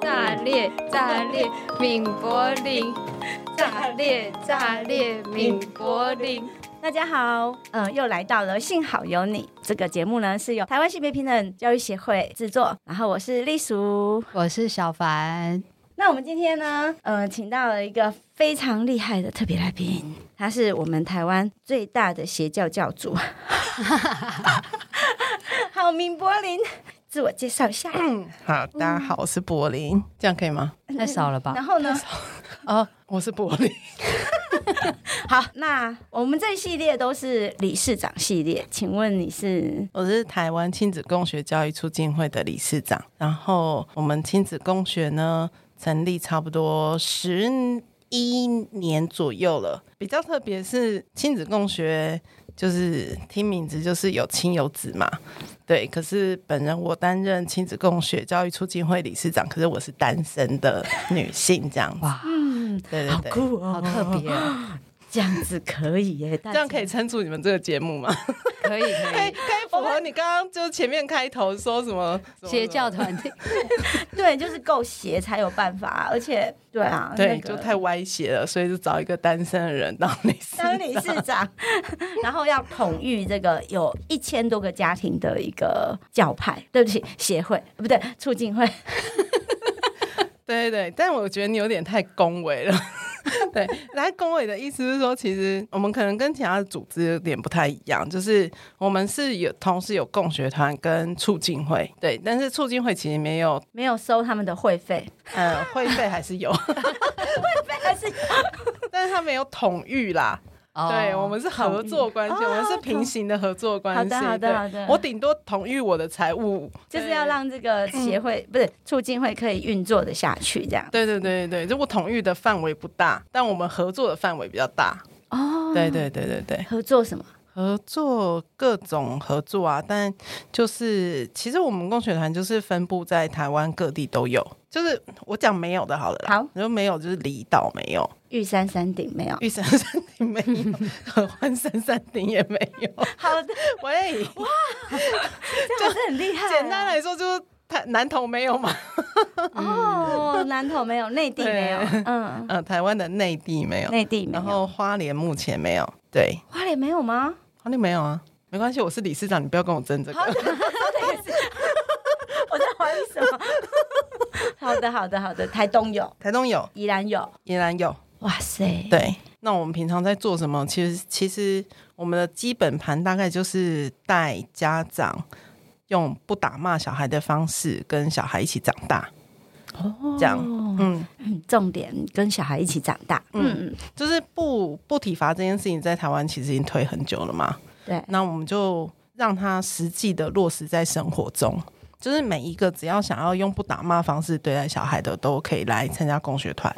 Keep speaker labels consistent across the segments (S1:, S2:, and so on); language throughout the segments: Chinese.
S1: 炸裂炸裂闽柏林，炸裂炸裂闽柏林。
S2: 大家好，嗯，又来到了《幸好有你》这个节目呢，是由台湾性别平等教育协会制作，然后我是丽淑。
S3: 我是小凡，
S2: 那我们今天呢，呃，请到了一个非常厉害的特别来宾，他是我们台湾最大的邪教教主， 好，明柏林，自我介绍一下。
S4: 嗯好，大家好，我是柏林，嗯这样可以吗？
S3: 太少了吧
S2: 然？后呢？
S4: 哦，我是柏林，
S2: 好，那我们这一系列都是理事长系列，请问你是
S4: 我是台湾亲子共学教育促进会的理事长。然后我们亲子共学呢，成立差不多十一年左右了。比较特别是亲子共学，就是听名字就是有亲有子嘛，对。可是本人我担任亲子共学教育促进会理事长，可是我是单身的女性这样子。
S3: 哇，
S4: 对对对，
S2: 酷
S3: 好特别哦，
S2: 嗯这样子可以耶，这
S4: 这样可以撑住你们这个节目吗？
S3: 可以可
S4: 可以
S3: 以，
S4: 可以符合你刚刚就前面开头说什么什么
S3: 邪教团体，
S2: 对，就是够邪才有办法，而且对啊，
S4: 对，
S2: 那个
S4: 就太歪斜了，所以就找一个单身的人当你是
S2: 当理事长，然后要统御这个有一千多个家庭的一个教派，对不起，协会不对，促进会，
S4: 对对对，但我觉得你有点太恭维了。 对，来恭维的意思是说，其实我们可能跟其他的组织有点不太一样，就是我们是有同时有共学团跟促进会，对，但是促进会其实没有，
S2: 没有收他们的会费，
S4: 呃，会费还是有，
S2: 但是
S4: 但是他没有统御啦，
S3: 哦
S4: 对，我们是合作关系，
S2: 同意
S4: 我们是平行的合作关系。
S2: 好的好的
S4: 对
S2: 好的
S4: 我顶多同意我的财务，
S2: 就是要让这个协会不是促进会可以运作的下去，这样
S4: 对对对对对，就我同意的范围不大，但我们合作的范围比较大。
S2: 哦，
S4: 对对对对对，
S2: 合作什么？
S4: 合作各种合作啊，但就是其实我们共学团就是分布在台湾各地都有。就是我讲没有的好了啦，
S2: 好，
S4: 就没有就是离岛没有，
S2: 玉山山顶 没有，
S4: 玉山山顶没有，合欢山山顶也没有。
S2: 好的，
S4: 喂，
S2: 这样是很厉害啊，
S4: 简单来说就是台南投没有嘛，
S2: 哦，南投没有，内地没有，
S4: 对
S2: 嗯，
S4: 呃，台湾的内地没有，
S2: 内地没
S4: 然
S2: 有，
S4: 后花莲目前没有，对，
S2: 花莲没有吗？
S4: 花莲没有啊，没关系，我是理事长，你不要跟我 争这
S2: 好
S4: 个。
S2: 的，我在怀疑什么？好的，好的，好的，台东有，
S4: 台东有，
S2: 宜兰有，
S4: 宜兰有，
S2: 哇塞，
S4: 对。那我们平常在做什么？其实，其实我们的基本盘大概就是带家长用不打骂小孩的方式跟小孩一起长大，
S2: 哦
S4: 这样嗯，
S2: 嗯重点跟小孩一起长大，嗯
S4: 嗯
S2: 嗯，
S4: 就是不不体罚这件事情，在台湾其实已经推很久了嘛。
S2: 对，
S4: 那我们就让它实际的落实在生活中，就是每一个只要想要用不打骂方式对待小孩的，都可以来参加共学团。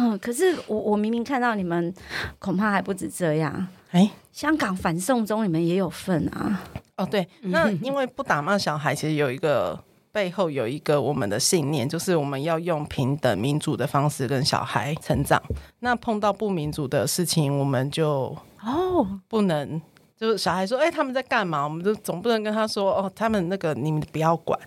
S2: 嗯，可是我我明明看到你们，恐怕还不止这样。
S4: 哎、
S2: 香港反送中，你们也有份啊！
S4: 哦，对，那因为不打骂小孩，其实有一个背后有一个我们的信念，就是我们要用平等民主的方式跟小孩成长。那碰到不民主的事情，我们就
S2: 哦，
S4: 不能。就是小孩说：“哎、他们在干嘛？”我们就总不能跟他说：“哦，他们那个你们不要管。”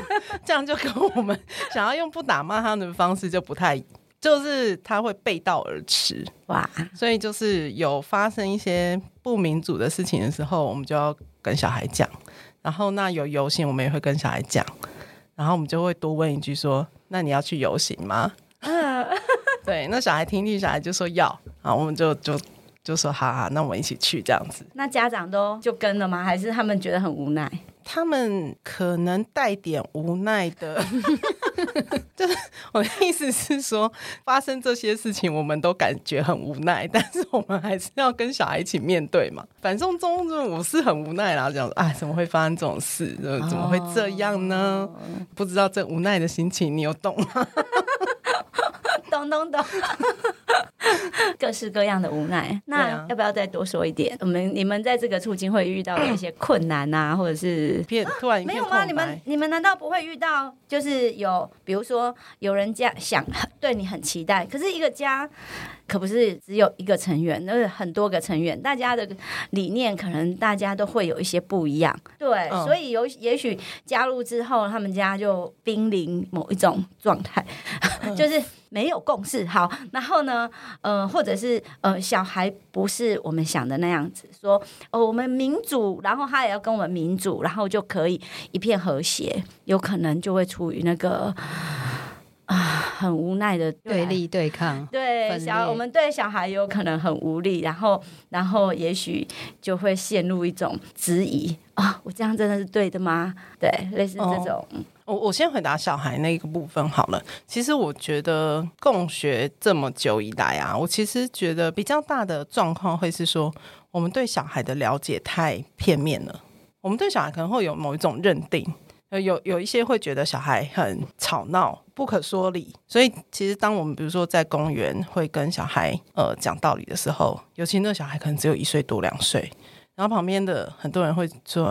S4: 这样就跟我们想要用不打骂他们的方式就不太，就是他会背道而驰。
S2: 哇，
S4: 所以就是有发生一些不民主的事情的时候，我们就要跟小孩讲。然后那有游行，我们也会跟小孩讲。然后我们就会多问一句说：“那你要去游行吗？” 对，那小孩听听，小孩就说要，啊，我们就就就说好好，那我们一起去这样子。
S2: 那家长都就跟了吗？还是他们觉得很无奈？
S4: 他们可能带点无奈的， 就是我的意思是说，发生这些事情，我们都感觉很无奈，但是我们还是要跟小孩一起面对嘛。反送中，我是很无奈啦，讲啊，怎么会发生这种事？呃怎么会这
S2: 哦
S4: 样呢？不知道这无奈的心情，你有懂吗？
S2: 懂懂懂懂， 各式各样的无奈。那
S4: 对啊
S2: 要不要再多说一点？我们你们在这个促进会遇到的一些困难啊，或者是
S4: 一片突然一
S2: 没
S4: 片
S2: 有
S4: 空
S2: 吗？
S4: 白。
S2: 你们你们难道不会遇到，就是有比如说有人家想对你很期待，可是一个家可不是只有一个成员，那是很多个成员，大家的理念可能大家都会有一些不一样，对，
S4: 嗯
S2: 所以有也许加入之后，他们家就濒临某一种状态， 就是。没有共识，好，然后呢，呃，或者是呃，小孩不是我们想的那样子，说哦，我们民主，然后他也要跟我们民主，然后就可以一片和谐，有可能就会处于那个啊很无奈的
S3: 对。立对抗，
S2: 对
S3: 分裂
S2: 小我们对小孩有可能很无力，然后然后也许就会陷入一种质疑啊、我这样真的是对的吗？对，类似
S3: 哦
S2: 这种，
S4: 我我先回答小孩那个部分好了。其实我觉得共学这么久以来啊，我其实觉得比较大的状况会是说，我们对小孩的了解太片面了。我们对小孩可能会有某一种认定，呃，有有一些会觉得小孩很吵闹、不可说理，所以其实当我们比如说在公园会跟小孩呃讲道理的时候，尤其那小孩可能只有一岁多两岁，然后旁边的很多人会说：“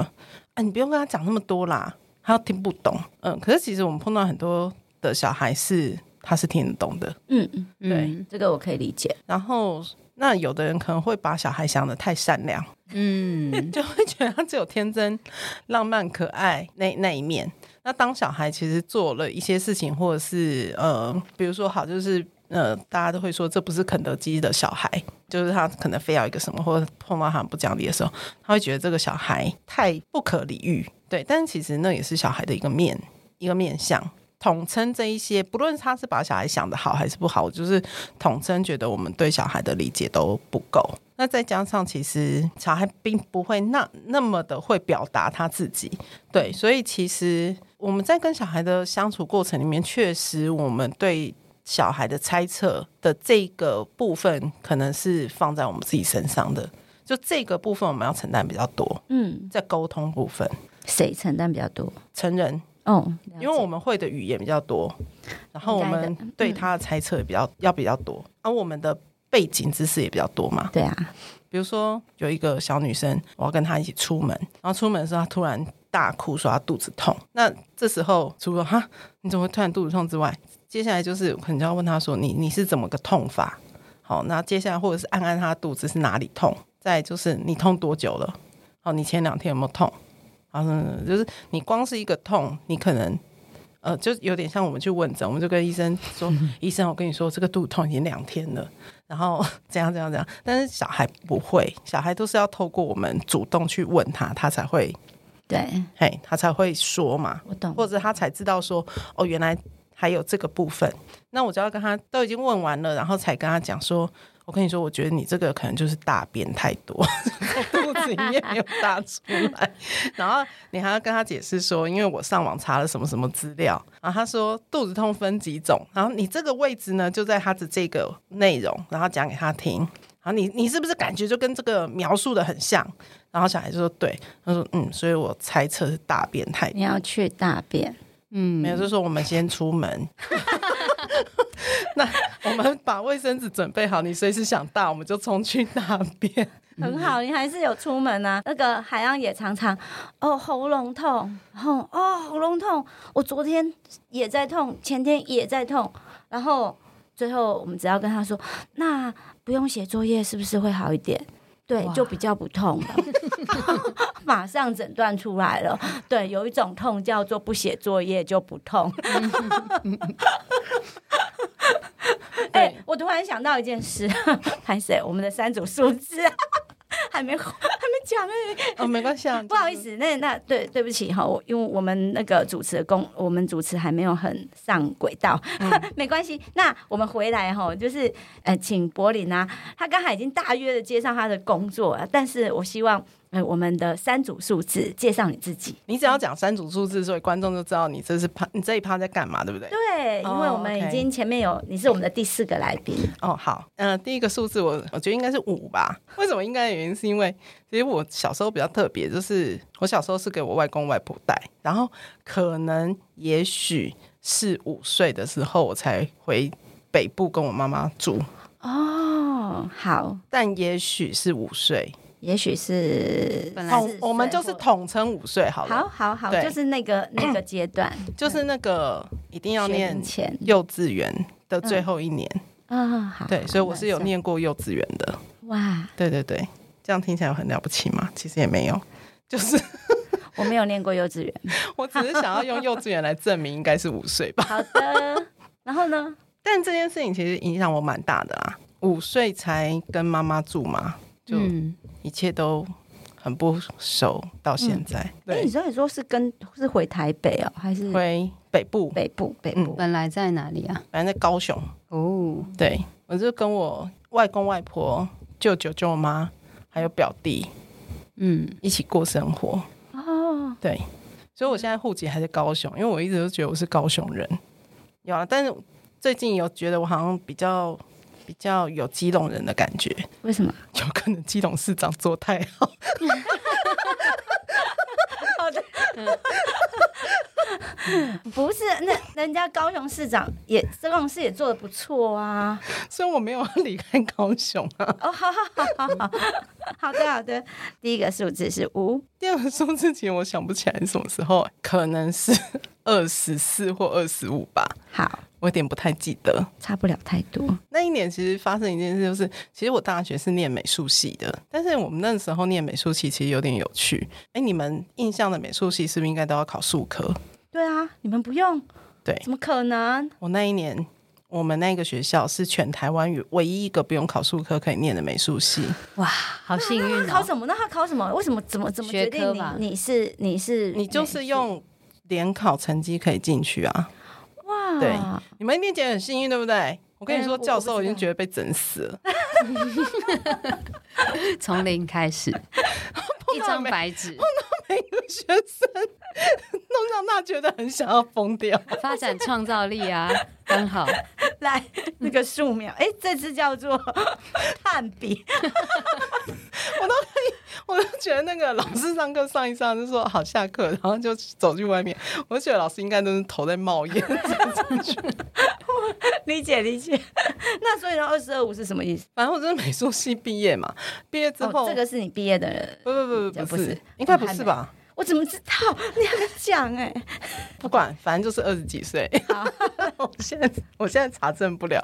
S4: 啊，你不用跟他讲那么多啦，他听不懂。”嗯，可是其实我们碰到很多的小孩是他是听得懂的，
S2: 嗯嗯，
S3: 嗯
S2: 这个我可以理解。
S4: 然后那有的人可能会把小孩想的太善良。
S3: 嗯，
S4: 就会觉得他只有天真、浪漫、可爱那那一面。那当小孩其实做了一些事情，或者是呃，比如说好，就是呃，大家都会说这不是肯德基的小孩，就是他可能非要一个什么，或者碰到他不讲理的时候，他会觉得这个小孩太不可理喻。对，但其实那也是小孩的一个面，一个面相。统称这一些，不论他是把小孩想的好还是不好，我就是统称觉得我们对小孩的理解都不够。那再加上，其实小孩并不会那那么的会表达他自己，对，所以其实我们在跟小孩的相处过程里面，确实我们对小孩的猜测的这个部分，可能是放在我们自己身上的，就这个部分我们要承担比较多，
S2: 嗯，
S4: 在沟通部分，
S2: 谁承担比较多？
S4: 成人
S2: 哦，了解
S4: 因为我们会的语言比较多，然后我
S2: 应
S4: 们
S2: 该的嗯
S4: 对他的猜测也比较、要比较多，而、我们的背景知识也比较多嘛。
S2: 对啊，
S4: 比如说有一个小女生，我要跟她一起出门，然后出门的时候她突然大哭说她肚子痛，那这时候除了哈你怎么会突然肚子痛之外，接下来就是可能就要问她说你你是怎么个痛法？好，那接下来或者是按按她肚子是哪里痛，再来就是你痛多久了？好，你前两天有没有痛？然后就是你光是一个痛，你可能。呃，就有点像我们去问诊，我们就跟医生说：“医生，我跟你说，这个肚子痛已经两天了。”然后怎样怎样怎样。但是小孩不会，小孩都是要透过我们主动去问他，他才会，
S2: 对，
S4: 嘿，他才会说嘛，
S2: 我懂。
S4: 或者他才知道说，哦，原来还有这个部分。那我就要跟他都已经问完了，然后才跟他讲说。我跟你说，我觉得你这个可能就是大便太多， 肚子里面没有大出来。然后你还要跟他解释说，因为我上网查了什么什么资料，然后他说肚子痛分几种，然后你这个位置呢就在他的这个内容，然后讲给他听。然后你你是不是感觉就跟这个描述的很像？然后小孩就说对，他说嗯，所以我猜测是大便太多
S2: 你要去大便，
S4: 没
S2: 嗯
S4: 有，就是说我们先出 门。 那我们把卫生纸准备好，你随时想大，我们就冲去那边。
S2: 嗯很好，你还是有出门啊。那个海洋也常常哦喉咙痛，然后哦喉咙痛，我昨天也在痛，前天也在痛，然后最后我们只要跟他说，那不用写作业是不是会好一点？对，
S3: 哇
S2: 就比较不痛了， 马上诊断出来了。对，有一种痛叫做不写作业就不痛。哎、我突然想到一件事，还谁？我们的三组数字、啊、还没还没讲哎、
S4: 哦，没关系啊，
S2: 不好意思，那那对对不起哈，我因为我们那个主持的工，我们主持还没有很上轨道， 没关系。那我们回来哈，就是呃，请柏林啊，他刚才已经大约的介绍他的工作了，但是我希望呃，我们的三组数字介绍你自己。
S4: 你只要讲三组数字，所以观众就知道你这是趴，你这一趴在干嘛，对不对？
S2: 对，因为
S4: 哦
S2: 我们已
S4: OK
S2: 经前面有你是我们的第四个来宾，
S4: 哦，好，嗯、第一个数字我我觉得应该是五吧。为什么应该的原因是因为，其实我小时候比较特别，就是我小时候是给我外公外婆带，然后可能也许是五岁的时候我才回北部跟我妈妈住，
S2: 哦，好，
S4: 但也许是五岁，
S2: 也许是
S3: 本来
S4: 统我们就是统称五岁好了，
S2: 好好好，
S4: 对
S2: 就是那个那个阶段，
S4: 就是那个一定要
S2: 学
S4: 念
S2: 龄前，
S4: 幼稚园的最后一年，
S2: 嗯，好，
S4: 对，所以我是有
S2: 那
S4: 念过幼稚园的，
S2: 哇，
S4: 对对对，这样听起来很了不起吗？其实也没有，就是
S2: 我没有念过幼稚园，
S4: 我只是想要用幼稚园来证明应该是五岁吧，
S2: 好的，然后呢？
S4: 但这件事情其实影响我蛮大的啊，五岁才跟妈妈住嘛，就
S3: 嗯，
S4: 一切都很不熟，到现在，
S2: 哎，
S4: 对
S2: 你，说你说是跟是回台北哦，还是
S4: 回北部，
S2: 北部北
S4: 嗯
S2: 部？
S3: 本来在哪里啊？
S4: 反正在高雄，
S3: 哦，
S4: 对我就跟我外公外婆、舅舅舅妈还有表弟
S3: 嗯，
S4: 一起过生活，
S2: 哦，
S4: 对，所以我现在户籍还是高雄，因为我一直都觉得我是高雄人，有啊，但是最近有觉得我好像比较比较有基隆人的感觉，
S2: 为什么？
S4: 有可能基隆市长做太好。
S2: 不是，那人家高雄市长也高雄市也做的不错啊。
S4: 所以我没有要离开高雄啊。
S2: 哦，好好好好好， 好的好的。第一个数字是五，
S4: 第二个数字其实我想不起来是什么时候，可能是 二十四或二十五吧，
S2: 好，
S4: 我有点不太记得。
S2: 差不了太多。
S4: 那一年其实发生一件事，就是其实我大学是念美术系的，但是我们那时候念美术系其实有点有趣。哎，你们印象的美术系是不是应该都要考数科？
S2: 对啊，你们不用，
S4: 对
S2: 怎么可能？
S4: 我那一年。我们那个学校是全台湾唯一一个不用考数科可以念的美术系，
S3: 哇，好幸
S2: 那
S3: 运
S2: 他考
S3: 哦！
S2: 什么？那他考什么？为什么？怎么怎么决
S3: 学科
S2: 定
S3: 吧
S2: 你你是你是
S4: 你就是用联考成绩可以进去啊。
S2: 哇？
S4: 对你们一定觉得很幸运，对不对？我跟你说，
S2: 嗯我
S4: 教授已
S2: 我
S4: 经
S2: 不知道
S4: 觉得被整死了，
S3: 从零开始，一张白纸，
S4: 每个学生都让他觉得很想要疯掉。
S3: 发展创造力啊，刚好
S2: 来那个素描， 哎，这只叫做 炭笔，
S4: 我就觉得那个老师上课上一上就说好下课，然后就走去外面。我就觉得老师应该都是头在冒烟。
S2: 理解理解。 那所以呢，二十二五是什么意思？
S4: 反正我就是美术系毕业嘛，毕业之
S2: 哦，
S4: 后、
S2: 这个是你毕业的人，
S4: 不不不不
S2: 不
S4: 不
S2: 是
S4: 是，应该
S2: 哦
S4: 不
S2: 还
S4: 是
S2: 没
S4: 吧？
S2: 我怎么知道？ 你还没讲哎、
S4: 不管，反正就是二十几岁。 我现在我现在查证不了。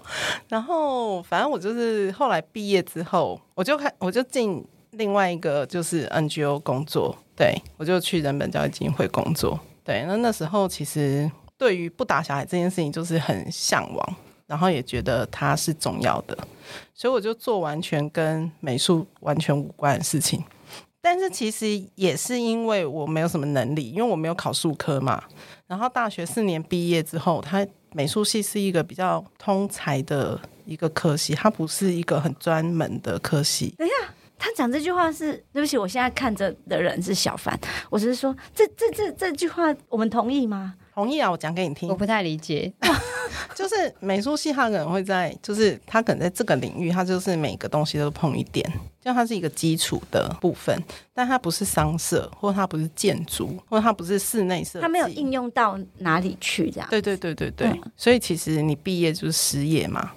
S4: 然后反正我就是后来毕业之后，我就开我就进另外一个就是 NGO 工作，对我嗯就去人本教育基金会工作。对，那那时候其实对于不打小孩这件事情就是很向往，然后也觉得它是重要的，所以我就做完全跟美术完全无关的事情。但是其实也是因为我没有什么能力，因为我没有考数科嘛，然后大学四年毕业之后，他美术系是一个比较通才的一个科系，它不是一个很专门的科系。
S2: 等一下，他讲这句话是对不起，我现在看着的人是小凡，我只是说这这这这句话我们同意吗？
S4: 同意啊，我讲给你听
S3: 我，不太理解。
S4: 就是美术系它可能会在，就是它可能在这个领域，它就是每个东西都碰一点，就它是一个基础的部分，但它不是商社，或它不是建筑，或它不是室内设计，
S2: 他没有应用到哪里去，这样。
S4: 对对对对对，所以其实你毕业就是失业嘛，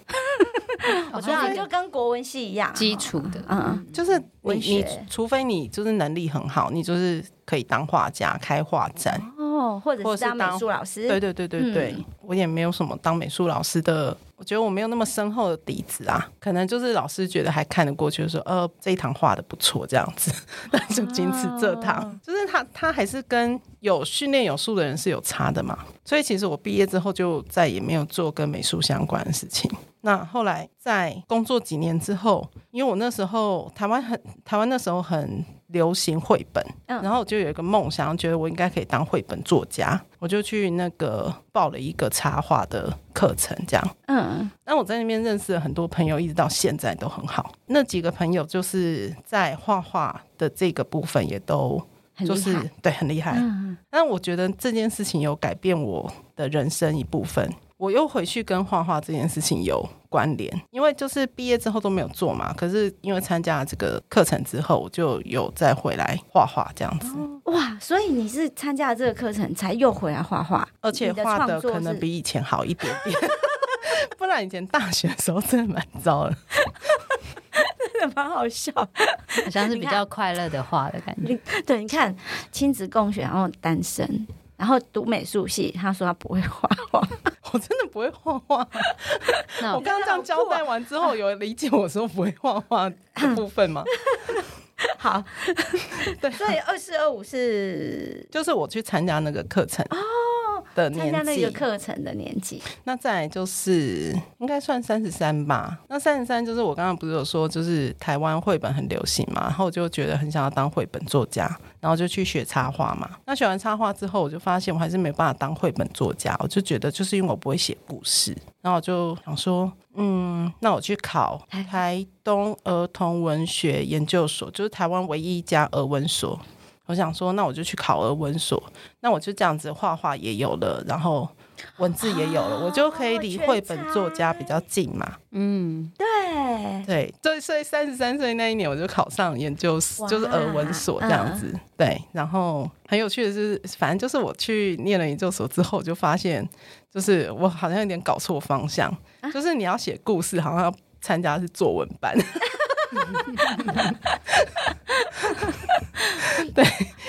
S2: 我知道，就跟国文系一样，
S3: 基础的
S2: 嗯嗯，
S4: 就是你
S2: 文
S4: 你
S2: 学
S4: 除非你就是能力很好，你就是可以当画家、开画展。
S2: 哦，或者
S4: 嗯或
S2: 是
S4: 者是
S2: 当美术老师，
S4: 对对对对对，我也没有什么当美术老师的，我觉得我没有那么深厚的底子啊，可能就是老师觉得还看得过去，就说呃这一堂画的不错这样子， 但就仅此这堂，就是他他还是跟有训练有素的人是有差的嘛，所以其实我毕业之后就再也没有做跟美术相关的事情。那后来在工作几年之后，因为我那时候台湾很台湾那时候很流行绘本，
S2: 嗯
S4: 然后我就有一个梦想，觉得我应该可以当绘本作家，我就去那个报了一个插画的课程，这样。
S2: 嗯，
S4: 那我在那边认识了很多朋友，一直到现在都很好。那几个朋友就是在画画的这个部分也都
S2: 很厉
S4: 就
S2: 害
S4: 是对很厉害。
S2: 嗯
S4: 但我觉得这件事情有改变我的人生一部分。我又回去跟画画这件事情有关联，因为就是毕业之后都没有做嘛，可是因为参加了这个课程之后，我就有再回来画画这样子，
S2: 哇，啊所以你是参加了这个课程才又回来画画，
S4: 而且
S2: 你的
S4: 画
S2: 创
S4: 的
S2: 作
S4: 可能
S2: 是
S4: 比以前好一点点。 不然以前大学的时候真的蛮糟的。
S2: 真 的蛮好笑。
S3: 好像是比较快乐的话的感觉。
S2: 对，你看亲子共学，然后单身，然后读美术系，他说他不会画画，
S4: 我真的不会画画。
S3: 那
S4: 我
S3: 我
S4: 刚刚这样交代完之后，
S2: 啊
S4: 有理解我说不会画画的部分 吗？
S2: 好，
S4: 对
S2: 所以二四二五是
S4: 就是我去参加那个课程的
S2: 哦参
S4: 年
S2: 加那
S4: 纪
S2: 个。课程的年纪，
S4: 那再来就是应该算三十三吧。那三十三就是我刚刚不是有说，就是台湾绘本很流行嘛，然后我就觉得很想要当绘本作家，然后就去学插画嘛。那学完插画之后，我就发现我还是没有办法当绘本作家，我就觉得就是因为我不会写故事，然后我就想说，嗯，那我去考台东儿童文学研究所，就是台湾唯一一家儿文所。我想说，那我就去考儿文所，那我就这样子画画也有了，然后文字也有了，我就可以离绘本作哦家比较近嘛。
S3: 嗯，
S2: 对，
S4: 对，所以所以三十三岁那一年，我就考上研究所，
S2: 哇
S4: 就是儿文所这样子。
S3: 嗯
S4: 对，然后很有趣的是，反正就是我去念了研究所之后，我就发现，就是我好像有点搞错方向，
S3: 啊
S4: 就是你要写故事，好像要参加的是作文班。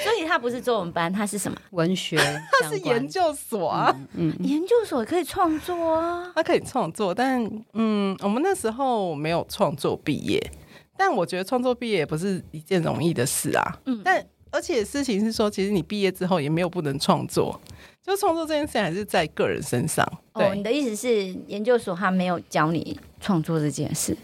S2: 所以他不是作文班，他是什么？
S3: 文学
S4: 它 是
S3: 相关
S4: 研究所啊，
S2: 研究所可以创作啊，
S4: 它可以创作，但嗯，我们那时候没有创作毕业，但我觉得创作毕业也不是一件容易的事啊。嗯，但而且事情是说，其实你毕业之后也没有不能创作，就创作这件事情还是在个人身上。对，
S2: 哦，你的意思是研究所他没有教你创作这件事？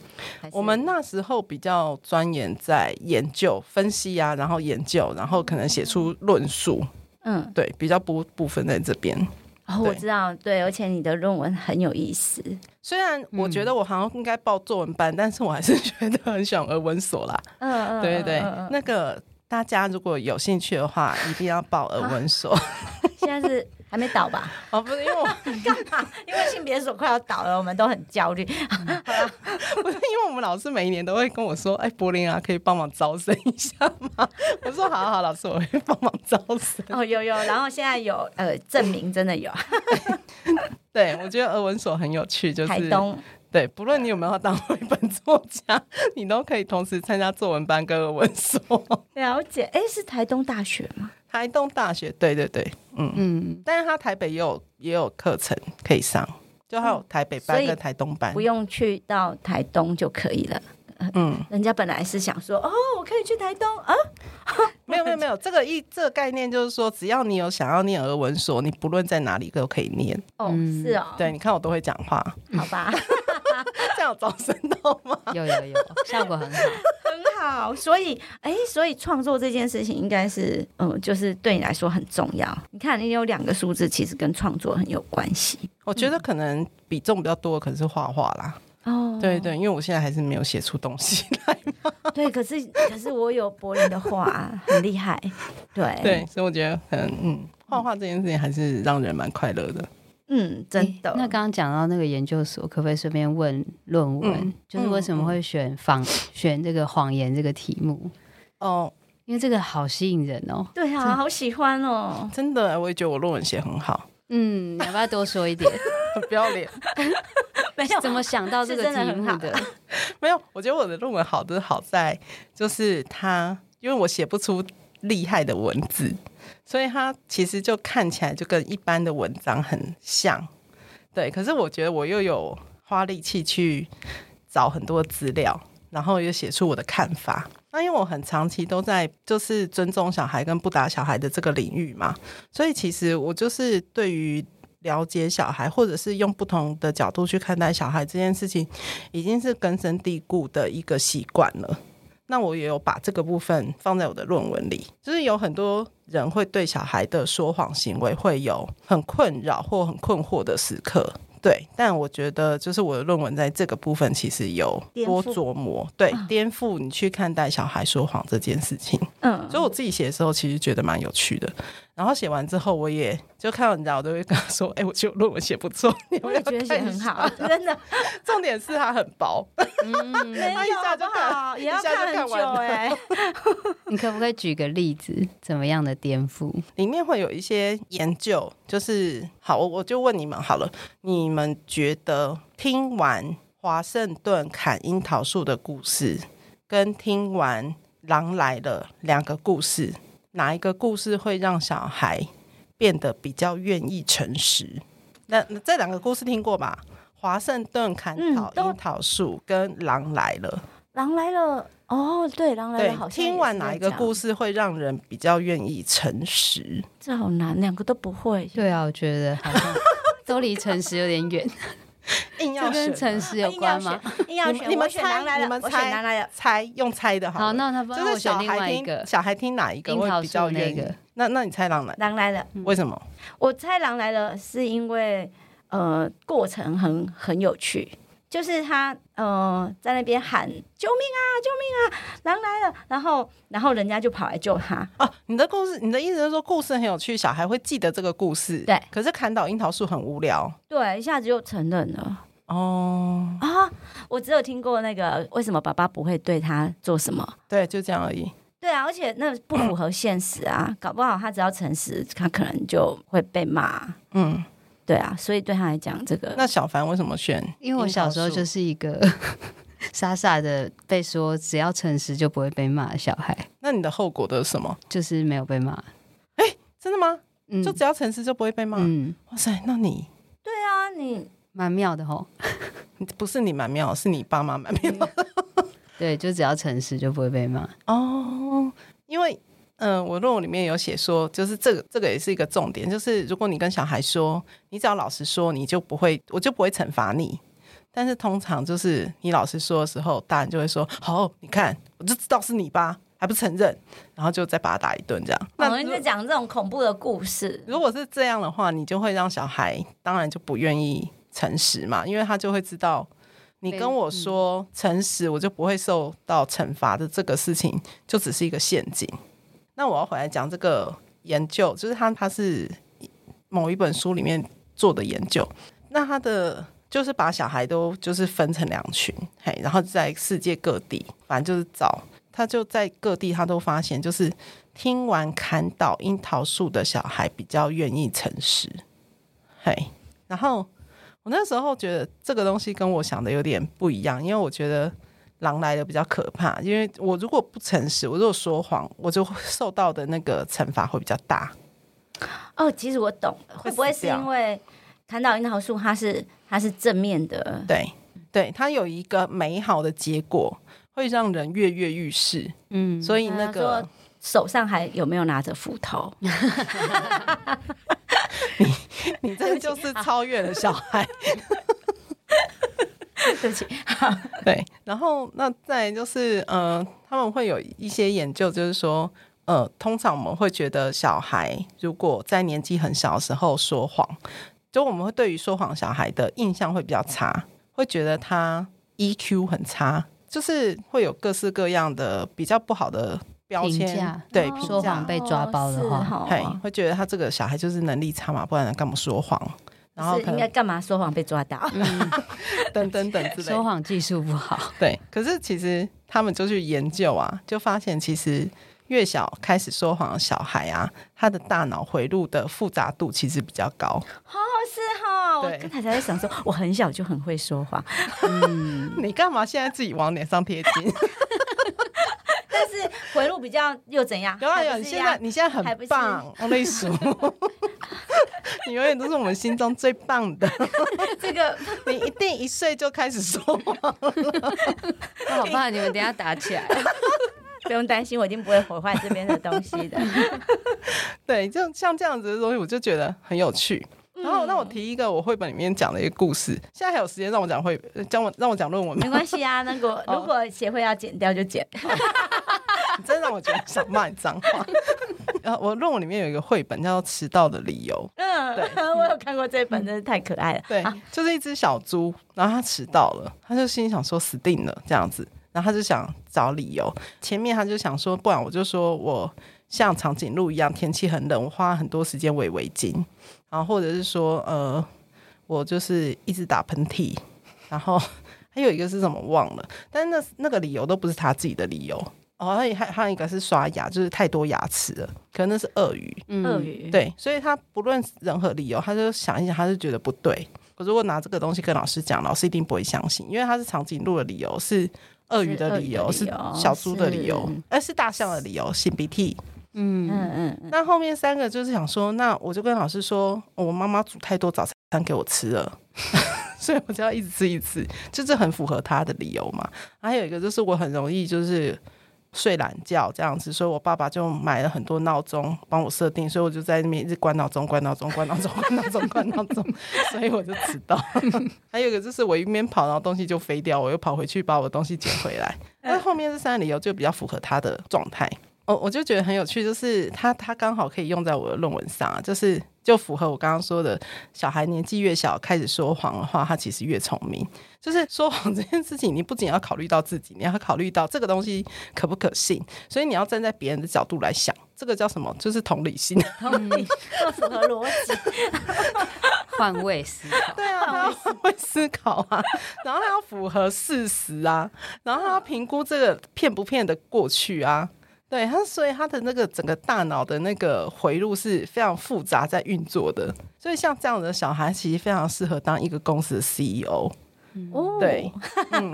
S2: 还是
S4: 我们那时候比较钻研在研究、分析啊，然后研究，然后可能写出论述，
S2: 嗯，
S4: 对，比较不部分在这边。
S2: 哦，我
S4: 对
S2: 知道，对，而且你的论文很有意思，
S4: 虽然我觉得
S2: 嗯
S4: 我好像应该报作文班，但是我还是觉得很想而文所啦。
S2: 嗯嗯，
S4: 对对对
S2: 嗯嗯，嗯
S4: 那个大家如果有兴趣的话， 一定要报耳文所。
S2: 现在 是还没倒吧？
S4: 啊哦，不是因为我，
S2: 因为性别所快要倒了，我们都很焦虑。
S4: 不是因为我们老师每一年都会跟我说，哎，柏林啊，可以帮忙招生一下吗？ 我说好啊好，老师，我会帮忙招生。
S2: 哦，有有，然后现在有呃证明真的有，
S4: 对，我觉得耳文所很有趣，就
S2: 台
S4: 是
S2: 东
S4: 对，不论你有没有要当绘本作家，你都可以同时参加作文班跟耳文所。
S2: 了解，哎，是台东大学吗？
S4: 台东大学，对对对，嗯，
S3: 嗯，
S4: 但是他台北也有也有课程可以上，就还有台北
S2: 所
S4: 班
S2: 以
S4: 跟台东班
S2: 不，用去到台东就可以了。
S4: 嗯。
S2: 人家本来是想说，哦，我可以去台东啊，
S4: 没有没有没有，这个一这个概念就是说，只要你有想要念俄文所，你不论在哪里都可以念。
S2: 哦，
S3: 嗯
S2: 是哦，
S4: 对，你看我都会讲话，
S2: 好吧，
S4: 这样有招生到吗？
S3: 有有有，效果 很好。
S2: 很好。所以，哎，所以创作这件事情应该是，嗯，就是对你来说很重要。你看，你有两个数字，其实跟创作很有关系。
S4: 我觉得可能比重比较多，可能是画画啦。
S2: 哦，
S4: 对对，因为我现在还是没有写出东西来，
S2: 对，可是可是我有柏林的画，很厉害。对
S4: 对，， 所以我觉得可能嗯，画画这件事情还是让人蛮快乐的。
S2: 嗯，真的
S3: 诶。那刚刚讲到那个研究所，可不可以顺便问论文，
S4: 嗯
S3: 就是为什么会选仿、选这个谎言这个题目？
S4: 哦，
S3: 因为这个好吸引人哦。
S2: 对啊，好喜欢哦！
S4: 真的，我也觉得我论文写很好，
S3: 嗯，你要不要多说一点？
S4: 很 不要脸。
S2: 没有
S3: 怎么想到这个
S2: 是真的
S3: 题
S2: 很
S3: 目
S2: 好
S3: 的？
S4: 没有，我觉得我的论文好的好在就是它，因为我写不出厉害的文字，所以它其实就看起来就跟一般的文章很像。对，可是我觉得我又有花力气去找很多资料，然后又写出我的看法。那因为我很长期都在就是尊重小孩跟不打小孩的这个领域嘛，所以其实我就是对于了解小孩，或者是用不同的角度去看待小孩这件事情，已经是根深蒂固的一个习惯了。那我也有把这个部分放在我的论文里，就是有很多人会对小孩的说谎行为会有很困扰或很困惑的时刻。对，但我觉得就是我的论文在这个部分其实有
S2: 颠
S4: 多
S2: 覆啊
S4: 琢磨，对，颠覆你去看待小孩说谎这件事情。
S2: 嗯，
S4: 所以我自己写的时候，其实觉得蛮有趣的。然后写完之后，我也就看到人家，我都会跟他说：“哎、我觉得我论文写不错，你
S2: 我
S4: 们
S2: 也觉得写很好，真的
S4: 重点是它很薄，
S2: 没
S4: 他一
S2: 有
S4: 下
S2: 好
S4: 就
S2: 不
S4: 看
S2: 好？也要
S4: 一下就
S2: 看很
S4: 看
S2: 久
S4: 完了
S2: 哎。
S3: 你可不可以举个例子，怎么样的颠覆？
S4: 里面会有一些研究，就是好，我我就问你们好了，你们觉得听完华盛顿砍樱桃树的故事，跟听完《狼来了》两个故事，哪一个故事会让小孩变得比较愿意诚实？那那这两个故事听过吧？华盛顿砍
S2: 嗯
S4: 桃
S2: 都
S4: 樱桃树跟《狼来了》
S2: 狼来了，哦，对，狼来了，好像
S4: 对，听完哪一个故
S2: 事？
S4: 事会让人比较愿意诚实？
S2: 这好难，两个都不会。
S3: 对啊，我觉得好像都离诚实有点远，
S4: 硬要
S3: 这跟
S4: 选啊
S3: 诚实有关吗？
S2: 哎啊硬要
S4: 你
S2: 选？
S4: 们你
S2: 我
S4: 们
S2: 选
S4: 猜
S2: 狼来
S4: 你
S2: 了
S4: 们，
S2: 我
S4: 猜
S2: 选狼来了。
S4: 猜用猜的好了。
S3: 好，那那不
S4: 就
S3: 然
S4: 是
S3: 我选
S4: 小
S3: 另
S4: 孩
S3: 外一
S4: 听
S3: 个
S4: 小孩听哪一个
S3: 樱
S4: 会
S3: 桃
S4: 比较
S3: 树那
S4: 愿意
S3: 个？嗯
S4: 那那你猜狼来？
S2: 狼来了，
S4: 为什么？
S2: 我猜狼来了是因为呃过程很很有趣，就是他呃在那边喊救命啊救命啊狼来了，然后然后人家就跑来救他，
S4: 哦、你的故事，你的意思是说故事很有趣，小孩会记得这个故事。
S2: 对
S4: 可是砍倒樱桃树很无聊
S2: 对，一下子就承认了
S4: 哦。
S2: 啊！我只有听过那个为什么爸爸不会对他做什么。
S4: 对，就这样而已。
S2: 对啊，而且那不符合现实啊，搞不好他只要诚实，他可能就会被骂。
S4: 嗯，
S2: 对啊，所以对他来讲，这个
S4: 那小凡为什么选樱
S3: 因
S4: 桃树？
S3: 为我小时候就是一个 傻傻的被说只要诚实就不会被骂的小孩，
S4: 那你的后果都是什么？
S3: 就是没有被骂。
S4: 真的吗？
S3: 嗯
S4: 就只要诚实就不会被骂？
S3: 嗯，
S4: 哇塞，那你
S2: 对啊，你
S3: 蛮妙的吼。
S4: 不是你蛮妙，是你爸妈蛮妙。
S3: 对，就只要诚实就不会被骂。
S4: 哦，因为嗯、呃我论文里面有写说，就是这个这个也是一个重点，就是如果你跟小孩说，你只要老实说，你就不会，我就不会惩罚你。但是通常就是你老实说的时候，大人就会说：“好、你看，我就知道是你吧，还不承认。”然后就再把他打一顿这样。
S2: 我
S4: 那
S2: 们在讲哦这种恐怖的故事，
S4: 如果是这样的话，你就会让小孩当然就不愿意诚实嘛，因为他就会知道你跟我说诚实，我就不会受到惩罚的这个事情，就只是一个陷阱。那我要回来讲这个研究，就是他他是某一本书里面做的研究，那他的。就是把小孩都就是分成两群，嘿，然后在世界各地，反正就是找，他就在各地，他都发现，就是听完砍倒樱桃树的小孩比较愿意诚实。嘿，然后我那时候觉得这个东西跟我想的有点不一样，因为我觉得狼来的比较可怕，因为我如果不诚实，我如果说谎，我就受到的那个惩罚会比较大。
S2: 哦，其实我懂了，会不会
S4: 死
S2: 是
S4: 掉
S2: 因为砍倒樱桃树，它是它是正面的？
S4: 对，对，它有一个美好的结果，会让人跃跃欲试。
S3: 嗯，
S4: 所以那
S2: 啊
S4: 个
S2: 说手上还有没有拿着斧头？
S4: 你这个就是超越了小孩。
S2: 对不起，
S4: 对，然后那再来就是呃，他们会有一些研究，就是说呃，通常我们会觉得小孩如果在年纪很小的时候说谎，就我们会对于说谎小孩的印象会比较差，会觉得他 EQ 很差，就是会有各式各样的比较不好的标
S3: 评
S4: 签
S3: 价，
S4: 对，
S2: 哦
S4: 评
S3: 说
S4: 价
S3: 谎被抓包的话
S2: 是哦
S4: 嘿，会觉得他这个小孩就是能力差嘛，不然干嘛说谎？然后
S2: 是
S4: 可
S2: 应
S4: 能
S2: 该干嘛说谎被抓 到？哦
S4: 等等等 之类的
S3: 说谎技术不 好，
S4: 对，可是其实他们就去研究啊，就发现其实越小开始说谎的小孩啊，他的大脑回路的复杂度其实比较高。
S2: 是哈，我
S4: 对
S2: 刚才在想说，我很小就很会说谎，
S4: 嗯你干嘛现在自己往脸上贴 金？
S2: 但是回路比较又怎样？
S4: 有啊有，
S2: 还不
S4: 你
S2: 是
S4: 现
S2: 一
S4: 在
S2: 样
S4: 你现在
S2: 还
S4: 很
S2: 不是
S4: 棒，我跟你说， 你永远都是我们心中最棒的。
S2: 这个
S4: 你一定一岁就开始说谎，
S3: 我好怕你们等一下打起 来。
S2: 不用担心，我一定不会毁坏这边的东西 的。
S4: 对，就像这样子的东西，我就觉得很有趣。然后，那我提一个我绘本里面讲的一个故事。现在还有时间让我讲绘，呃让我让我讲论文吗
S2: 没？关系啊，那个
S4: 哦
S2: 如果协会要剪掉就剪。
S4: 你真让我觉得想骂你脏话。 然后我论文里面有一个绘本叫《迟到的理由
S2: 嗯， 我有看过这本，真是太可爱了》，。
S4: 对，啊就是一只小猪，然后它迟到了，他就心里想说死定了这样子，然后他就想找理由。前面他就想说，不然我就说我像长颈鹿一样，天气很冷，我花很多时间围围巾，然后或者是说呃，我就是一直打喷嚏，然后还有一个是什么忘了，但是那那个理由都不是他自己的理由。哦，还有还还有一个是刷牙，就是太多牙齿了，可能那是鳄鱼。
S3: 嗯
S2: 鳄鱼，
S4: 对，所以他不论任何理由，他就想一想，他就觉得不对，我如果拿这个东西跟老师讲，老师一定不会相信，因为它是长颈鹿的理由，是鳄鱼的理由，
S2: 是鳄鱼
S4: 是
S2: 的理由
S4: 小猪的理由
S2: 是，
S4: 呃，是大象的理由，擤鼻涕。
S3: 嗯
S2: 嗯嗯嗯，
S4: 那后面三个就是想说，那我就跟老师说，哦我妈妈煮太多早餐给我吃了， 所以我就要一直吃一直吃，就是很符合他的理由嘛。还有一个就是我很容易就是睡懒觉这样子，所以我爸爸就买了很多闹钟帮我设定，所以我就在那边一直关闹钟、关闹钟、关闹钟、关闹钟、关闹钟，所以我就迟到。还有一个就是我一边跑，然后东西就飞掉，我又跑回去把我的东西捡回来。那后面这三个理由就比较符合他的状态。我我就觉得很有趣，就是他他刚好可以用在我的论文上啊，就是就符合我刚刚说的，小孩年纪越小开始说谎的话，他其实越聪明。就是说谎这件事情，你不仅要考虑到自己，你要考虑到这个东西可不可信，所以你要站在别人的角度来想，这个叫什么？就是同理心。
S2: 这符合逻 辑。
S3: 换位思考，
S4: 对啊，他要会思 考啊，然后他要符合事实啊，然后他要评估这个骗不骗得过去啊。对他，所以他的那个整个大脑的那个回路是非常复杂在运作的，所以像这样的小孩其实非常适合当一个公司的 E CEO。
S2: 哦，
S4: 对，嗯，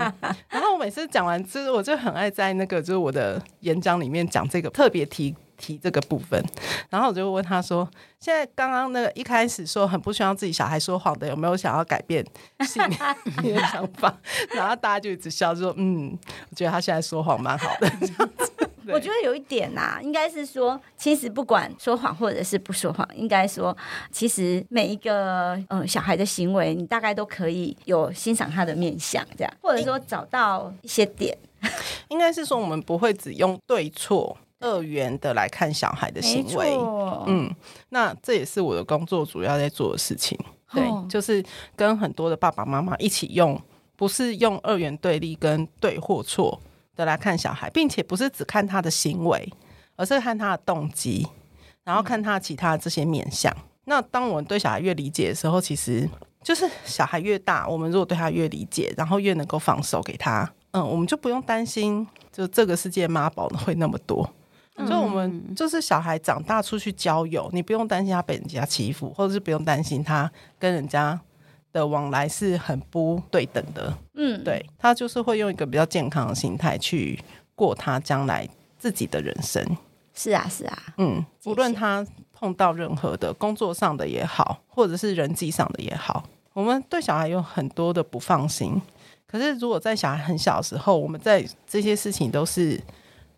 S4: 然后我每次讲完之后，我就很爱在那个就是我的演讲里面讲这个，特别提提这个部分。然后我就问他说：“现在刚刚那个一开始说很不希望自己小孩说谎的，有没有想要改变信 念你的想法？”然后大家就一直笑，就说：“嗯，我觉得他现在说谎蛮好的。”这样子，对
S2: 我觉得有一点呐、应该是说，其实不管说谎或者是不说谎，应该说，其实每一个呃小孩的行为，你大概都可以有欣赏他的面相，这样，或者说找到一些点。
S4: 应该是说我们不会只用对错二元的来看小孩的行为。
S2: 嗯，
S4: 嗯，那这也是我的工作主要在做的事情。对，
S2: 哦
S4: 就是跟很多的爸爸妈妈一起用，不是用二元对立跟对或错的来看小孩，并且不是只看他的行为，而是看他的动机，然后看他其他的这些面相。那当我们对小孩越理解的时候，其实就是小孩越大，我们如果对他越理解，然后越能够放手给他，嗯，我们就不用担心，就这个世界妈宝会那么多。所以，我们就是小孩长大出去交友，你不用担心他被人家欺负，或者是不用担心他跟人家的往来是很不对等的。
S2: 嗯，
S4: 对他就是会用一个比较健康的心态去过他将来自己的人生。
S2: 是啊，是啊，
S4: 嗯，
S2: 谢
S4: 无论他碰到任何的工作上的也好，或者是人际上的也好，我们对小孩有很多的不放心。可是如果在小孩很小的时候，我们在这些事情都是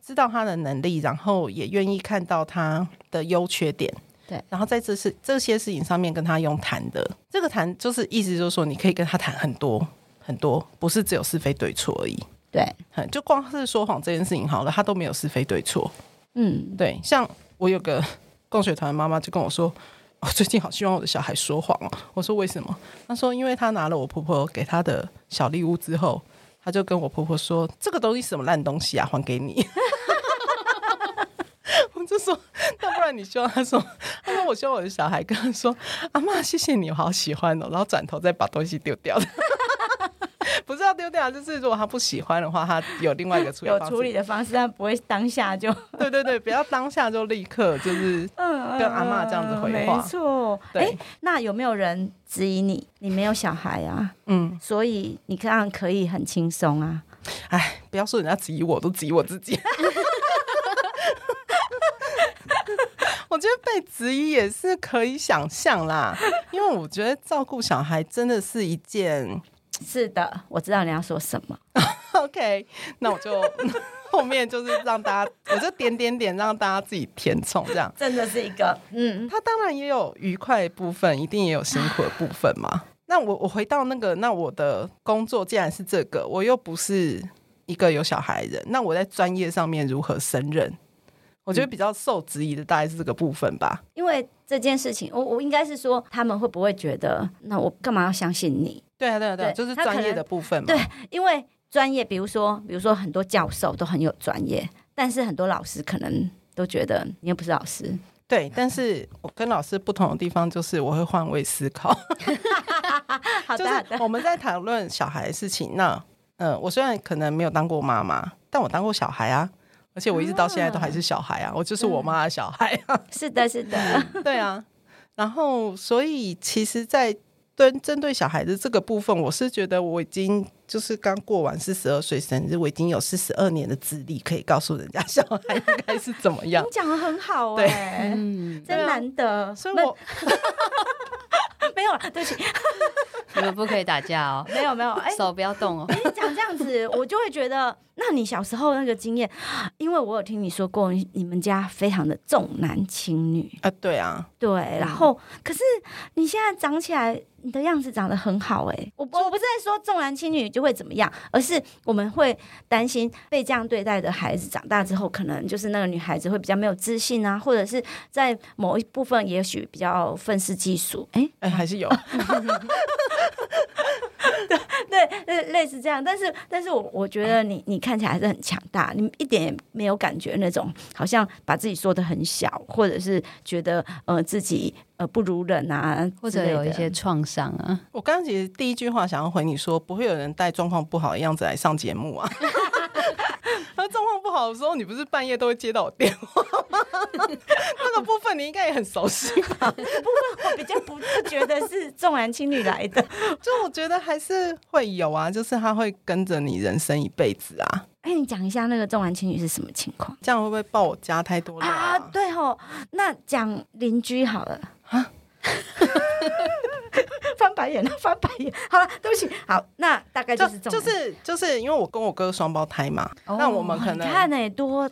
S4: 知道他的能力，然后也愿意看到他的优缺点。
S3: 对，
S4: 然后在这事这些事情上面跟他用谈的，这个谈就是意思就是说，你可以跟他谈很多很多，不是只有是非对错而已。
S2: 对，
S4: 嗯就光是说谎这件事情好了，他都没有是非对错。
S2: 嗯，
S4: 对，像我有个 共学团的妈妈就跟我说，我、最近好希望我的小孩说谎哦。我说为什么？她说因为她拿了我婆婆给她的小礼物之后，她就跟我婆婆说这个东西是什么烂东西啊，还给你。 我就说，那不然你希望她说，她说我希望我的小孩跟她说，阿妈谢谢你，我好喜欢哦，然后转头再把东西丢掉。 不是要丢掉，就是如果他不喜欢的话，他有另外一个处理
S2: 有
S4: 方式。
S2: 处理的方式，但不会当下就
S4: 对对对，不要当下就立刻就是
S2: 嗯
S4: 跟阿嬷这样子回话
S2: 没错，
S4: 对
S2: 哎，那有没有人质疑你？你没有小孩啊，
S4: 嗯，
S2: 所以你这样可以很轻松啊。
S4: 哎，不要说人家质疑我，都质疑我 自己。我觉得被质疑也是可以想象啦，因为我觉得照顾小孩真的是一件
S2: 是的，我知道你要说什么。
S4: OK，那我就 后面就是让大家，我就点点点让大家自己填充这样。
S2: 真的是一个，嗯，
S4: 他当然也有愉快的部分，一定也有辛苦的部分嘛。那我我回到那个，那我的工作既然是这个，我又不是一个有小孩的人，那我在专业上面如何胜任？我觉得比较受质疑的大概是这个部分吧。
S2: 因为这件事情，我我应该是说，他们会不会觉得，那我干嘛要相信你？
S4: 对啊，对啊，对啊，
S2: 对
S4: 就是
S2: 他可
S4: 专业
S2: 能
S4: 的部分嘛。
S2: 对，因为专业，比如说，比如说很多教授都很有专业，但是很多老师可能都觉得你又不是老 师，
S4: 对，但是我跟老师不同的地方就是我会换位思考。
S2: 好
S4: 就是
S2: 的，好的，
S4: 我们在讨论小孩的事情。那呃，我虽然可能没有当过妈妈，但我当过小孩啊，而且我一直到现在都还是小孩啊，我就是我妈的小孩啊。
S2: 嗯是的，是的，
S4: 对啊，然后所以其实，在对针对小孩子这个部分，我是觉得我已经就是刚过完四十二岁生日，我已经有四十二年的资历，可以告诉人家小孩应该是怎么样
S2: 你。讲的很好哎、
S4: 对 啊
S3: 嗯，
S2: 真难得。
S4: 所以我
S2: 那没有了，对不起，
S3: 你们不可以打架哦，
S2: 没有没有，哎、
S3: 手不要动哦。
S2: 你讲这样子，我就会觉得，那你小时候那个经验，因为我有听你说过，你你们家非常的重男轻女，
S4: 啊，对啊，
S2: 对，然后可是你现在长起来，你的样子长得很好、哎，我不我不是在说重男轻女就会怎么样，而是我们会担心被这样对待的孩子长大之后，可能就是那个女孩子会比较没有自信啊，或者是在某一部分也许比较愤世嫉俗，哎、
S4: 哎，还是有。
S2: 对，类类似这样，但是但是我我觉得你你看起来还是很强大，你一点也没有感觉那种好像把自己说的很小，或者是觉得呃自己呃不如人啊，
S3: 或者有一些创伤啊，
S4: 我刚刚其实第一句话想要回你说，不会有人带状况不好的样子来上节目啊。 那状况不好的时候，你不是半夜都会接到我电话吗？ 那个部分你应该也很熟悉 吧？
S2: 我比较不不觉得是重男轻女来的。
S4: 就我觉得还是会有啊，就是他会跟着你人生一辈子啊。
S2: 哎，你讲一下那个重男轻女是什么情况
S4: 这样会不会爆我家太多了
S2: 啊？对哦，那讲邻居好了啊。 翻白眼了，翻白眼。好了，对不起。好，那大概就是
S4: 就
S2: 重男轻女
S4: 就是就是因为我跟我哥双胞胎嘛，
S3: 哦
S4: 那我们可
S2: 你
S4: 能
S2: 看呢、欸多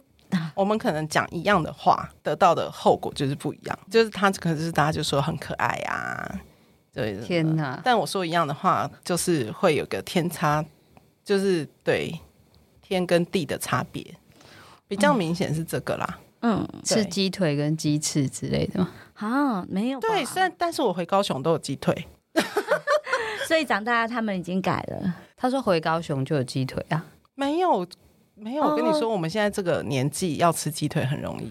S4: 我们可能讲一样的话，得到的后果就是不一样。就是他可能就是大家就说很可爱啊，对，
S3: 天哪！
S4: 但我说一样的话，就是会有个天差，就是对天跟地的差别，比较明显是这个啦。
S2: 嗯
S4: 对
S3: 吃鸡腿跟鸡翅之类的吗？
S2: 啊，没有吧
S4: 对，虽然但是我回高雄都有鸡腿，
S2: 所以长大他们已经改了。
S3: 他说回高雄就有鸡腿啊，
S4: 没有没有。我跟你
S2: 哦
S4: 说，我们现在这个年纪要吃鸡腿很容易。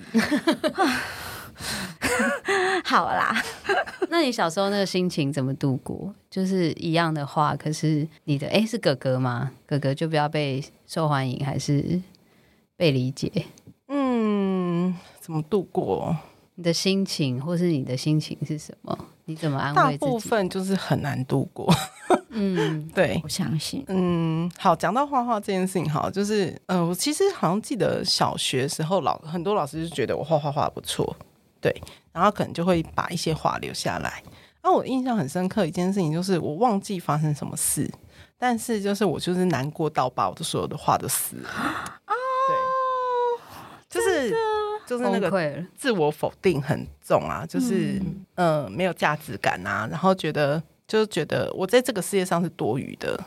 S2: 好啦，
S3: 那你小时候那个心情怎么度过？就是一样的话，可是你的哎、是哥哥吗？哥哥就不要被受欢迎，还是被理解？
S4: 嗯，怎么度过？
S3: 你的心情，或是你的心情是什么？你怎么安
S4: 大
S3: 慰自
S4: 部
S3: 己？
S4: 分就是很难度过。
S3: 嗯，
S4: 对，
S2: 我相信
S4: 嗯，好，讲到画画这件事情，好，就是，呃，我其实好像记得小学时候老很多老师就觉得我画画画得不错，对，然后可能就会把一些画留下来。那、我印象很深刻一件事情，就是我忘记发生什么事，但是就是我就是难过到把我的所有的画都撕了，对，就是 就是那
S3: 崩
S4: 个
S3: 溃了。
S4: 自我否定很重啊，就是嗯、呃没有价值感啊，然后觉得就是觉得我在这个世界上是多余的，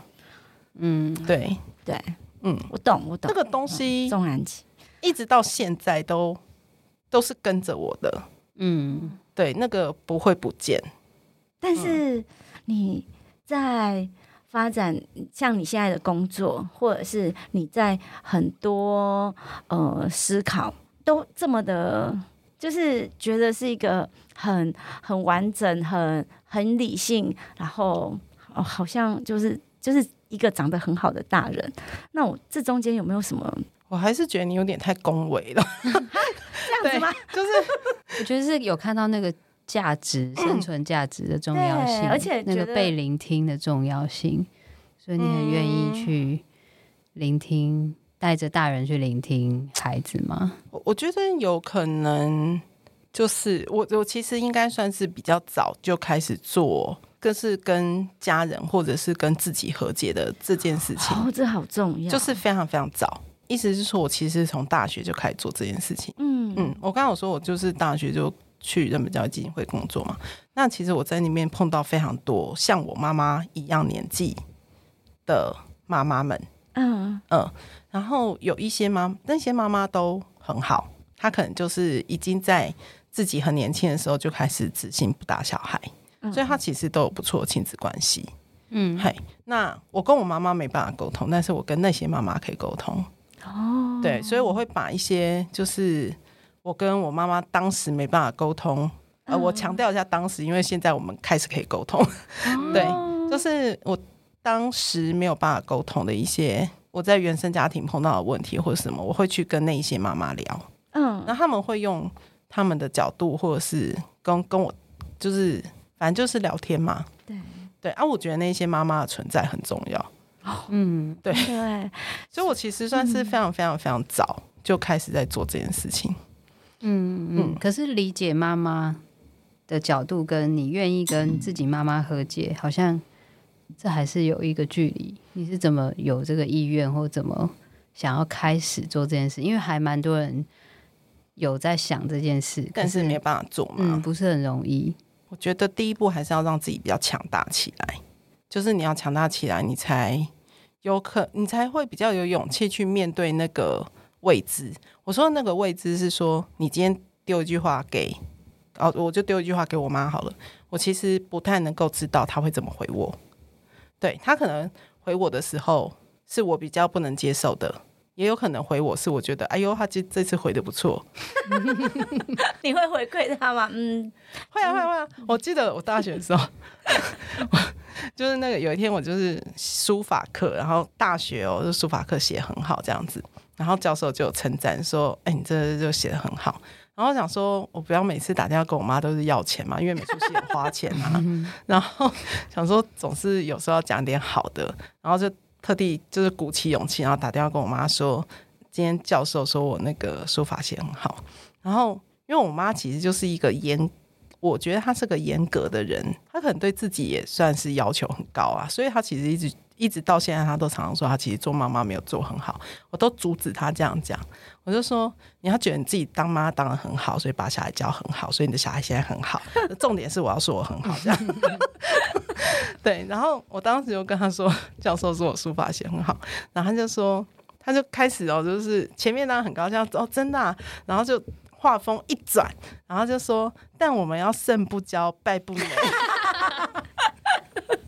S3: 嗯，
S4: 对，
S2: 对
S4: 嗯。
S2: 我懂，我懂
S4: 这个东西
S2: 重男轻
S4: 一直到现在都都是跟着我的，
S3: 嗯，
S4: 对，那个不会不见。
S2: 但
S4: 嗯
S2: 是你在发展像你现在的工作，或者是你在很多呃思考，都这么的，就是觉得是一个很很完整、很很理性，然后哦好像就是就是一个长得很好的大人。那我这中间有没有什么
S4: 我还是觉得你有点太恭维了，
S2: 这样子吗？
S4: 就是
S3: 我觉得是有看到那个价 值、生存价值的重要性，
S2: 对而且
S3: 那
S2: 觉
S3: 个
S2: 得
S3: 被聆听的重要性，所以你很愿
S4: 嗯
S3: 意去聆听，带着大人去聆听孩子吗？
S4: 我我觉得有可能就是我我其实应该算是比较早就开始做，更是跟家人或者是跟自己和解的这件事情，
S2: 哦，这好重要，
S4: 就是非常非常早。意思是说我其实从大学就开始做这件事情。
S2: 嗯
S4: 嗯，我刚刚有说，我就是大学就去人本教育基金会工作嘛。那其实我在里面碰到非常多像我妈妈一样年纪的妈妈们，
S2: 嗯
S4: 嗯，然后有一些妈那些妈妈都很好，她可能就是已经在自己很年轻的时候就开始执行不打小孩，
S2: 嗯
S4: 所以她其实都有不错的亲子关系。
S3: 嗯，
S4: 嗨，那我跟我妈妈没办法沟通，但是我跟那些妈妈可以沟通。
S2: 哦，
S4: 对，所以我会把一些就是我跟我妈妈当时没办法沟通，呃，我强调一下当时，因为现在我们开始可以沟通， 对，就是我当时没有办法沟通的一些我在原生家庭碰到的问题或者什么，我会去跟那一些妈妈聊，
S2: 嗯
S4: 那他们会用他们的角度，或者是跟跟我就是反正就是聊天嘛，
S2: 对
S4: 对啊，我觉得那些妈妈的存在很重要，
S3: 嗯，
S4: 对，
S2: 对，
S4: 所以我其实算是非常非常非常早就开始在做这件事情。
S3: 嗯
S4: 嗯
S3: 嗯，可是理解妈妈的角度，跟你愿意跟自己妈妈和解，好像这还是有一个距离。你是怎么有这个意愿，或怎么想要开始做这件事？因为还蛮多人有在想这件事，
S4: 但是
S3: 可
S4: 没办法做嘛，
S3: 嗯，不是很容易。
S4: 我觉得第一步还是要让自己比较强大起来，就是你要强大起来，你才有可，你才会比较有勇气去面对那个未知。我说的那个未知是说，你今天丢一句话给，哦，我就丢一句话给我妈好了。我其实不太能够知道她会怎么回我，对她可能回我的时候是我比较不能接受的。也有可能回我是我觉得，哎呦，她这这次回的不错，
S2: 你会回馈他吗？嗯，
S4: 会啊会啊会啊！我记得我大学的时候， 我就是那个有一天我就是书法课，然后大学哦，就书法课写很好这样子，然后教授就有称赞说：“哎、你这就写的很好。”然后我想说，我不要每次打电话跟我妈都是要钱嘛，因为美术系有花钱嘛。然后想说，总是有时候要讲点好的，然后就特地就是鼓起勇气，然后打电话跟我妈说，今天教授说我那个书法写很好。然后因为我妈其实就是一个严我觉得他是个严格的人，他可能对自己也算是要求很高啊，所以他其实一直一直到现在，他都常常说他其实做妈妈没有做很好，我都阻止他这样讲，我就说你要觉得你自己当妈当的很好，所以把小孩教很好，所以你的小孩现在很好，重点是我要说我很好这样。对，然后我当时就跟他说， 教授说我书法写很好，然后他就说，他就开始哦，就是前面当然很高兴哦，真的、啊，然后就话锋一转，然后就说：“但我们要胜不骄，败不馁。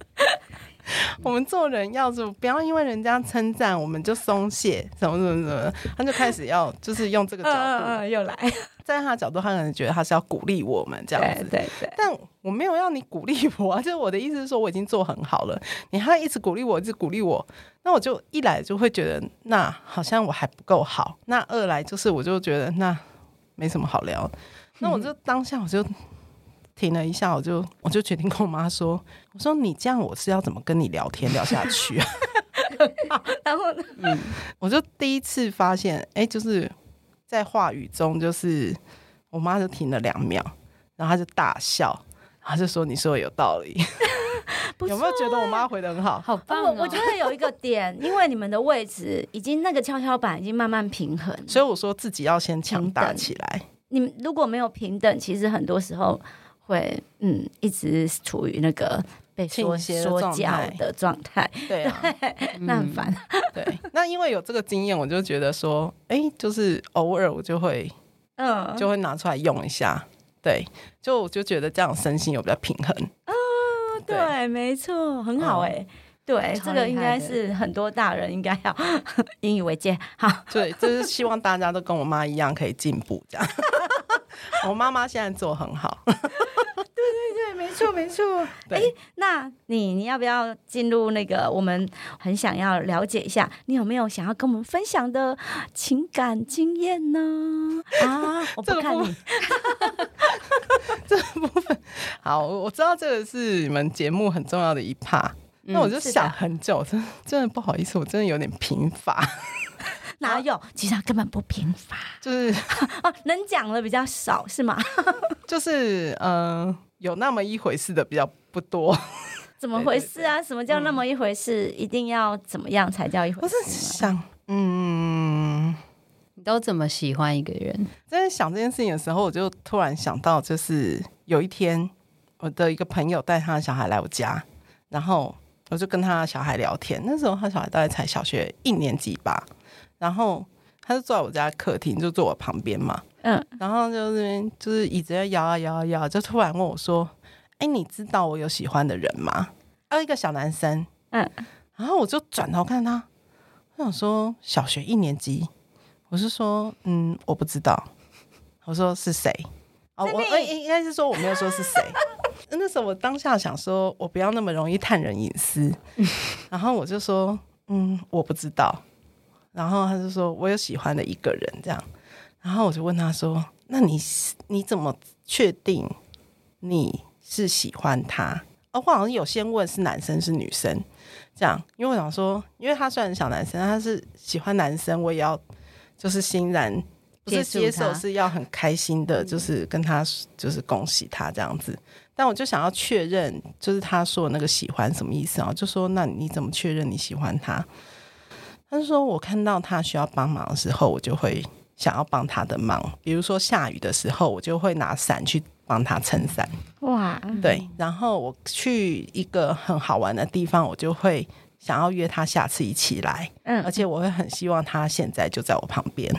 S4: 我们做人要是不要因为人家称赞我们就松懈，什么什么什么的。”他就开始要就是用这个角
S2: 嗯
S4: 度，
S2: 嗯，又来，
S4: 站在他的角度，他可能觉得他是要鼓励我们这样
S2: 对
S4: 子。
S2: 对对，
S4: 但我没有要你鼓励我啊，就是 我的意思是说我已经做很好了，你还要一直鼓励我，一直鼓励我，那我就一来就会觉得那好像我还不够好，那二来就是我就觉得那没什么好聊，那我就当下我就停了一下，我就我就决定跟我妈说，我说你这样我是要怎么跟你聊天聊下去啊？
S2: 然后呢？
S4: 我就第一次发现，哎、就是在话语中，就是我妈就停了两秒，然后她就大笑，然后就说：“你说的有道理。
S2: 不啊
S4: 有没啊有觉得我妈回的很好？
S3: 好棒、哦
S2: 我我觉得有一个点，因为你们的位置已经那个跷跷板已经慢慢平衡，
S4: 所以我说自己要先强大 起来。
S2: 你们如果没有平等，其实很多时候会嗯一直处于那个被说
S4: 倾斜的
S2: 说
S4: 状
S2: 教
S4: 态
S2: 的状态，
S4: 对啊，
S2: 那很烦。
S4: 对。那因为有这个经验，我就觉得说，哎、就是偶尔我就会
S2: 嗯，
S4: 就会拿出来用一下。对，就我就觉得这样身心有比较平衡。
S2: 啊对，没错，很好
S4: 哦
S2: 哎、对，
S3: 超
S2: 这
S3: 厉害的
S2: 个应该是很多大人应该要 引以为戒。好，
S4: 对，就是希望大家都跟我妈一样可以进步， 这样。我妈妈现在做很好。
S2: 对，没错，没错。
S4: 对。
S2: 那你你要不要进入那个？我们很想要了解一下，你有没有想要跟我们分享的情感经验 呢？啊，我
S4: 这
S2: 不
S4: 个
S2: 看
S4: 不
S2: 你，
S4: 好，我我知道这个是你们节目很重要的一 part，、那 我就
S2: 嗯
S4: 是
S2: 的
S4: 想很久，真真的不好意思，我真的有点贫乏，啊
S2: 哪有？其实他根本不平凡
S4: 就是
S2: 哦，能讲的比较少是吗？
S4: 就是嗯、呃有那么一回事的比较不多，
S2: 怎么回事啊？什么叫那么一回事？一定要怎么样才叫一回
S4: 我是
S2: 事吗？
S4: 想嗯。
S3: 你都怎么喜欢一个人？
S4: 在想这件事情的时候，我就突然想到，就是有一天，我的一个朋友带他的小孩来我家，然后我就跟他的小孩聊天。那时候他小孩大概才小学一年级吧，然后他就坐在我家客厅，就坐我旁边嘛。
S2: 嗯，
S4: 然后就那边就是椅子在摇啊摇啊摇啊，就突然问我说：“哎、你知道我有喜欢的人吗？”啊还有一个小男生，
S2: 嗯，
S4: 然后我就转头看他，我想说小学一年级，我是说，嗯，我不知道。我说是谁？哦，
S2: 是
S4: 我
S2: 你
S4: 呃应应该是说我没有说是谁。 那时候我当下想说，我不要那么容易探人隐私，然后我就说，嗯，我不知道。然后他就说，我有喜欢的一个人这样。然后我就问他说，那你是你怎么确定你是喜欢他？哦，我好像有先问是男生是女生，这样，因为我想说，因为他虽然小男生，他是喜欢男生，我也要就是欣然。不是
S3: 接
S4: 接
S3: 触他
S4: 受，是要很开心的，就是跟他就是恭喜他这样子。但我就想要确认，就是他说的那个喜欢什么意思啊？我就说那你怎么确认你喜欢他？他就说我看到他需要帮忙的时候，我就会想要帮他的忙。比如说下雨的时候，我就会拿伞去帮他撑伞。
S1: 哇，
S2: 嗯
S4: 对，然后我去一个很好玩的地方，我就会想要约他下次一起来，
S2: 嗯
S4: 而且我会很希望他现在就在我旁边。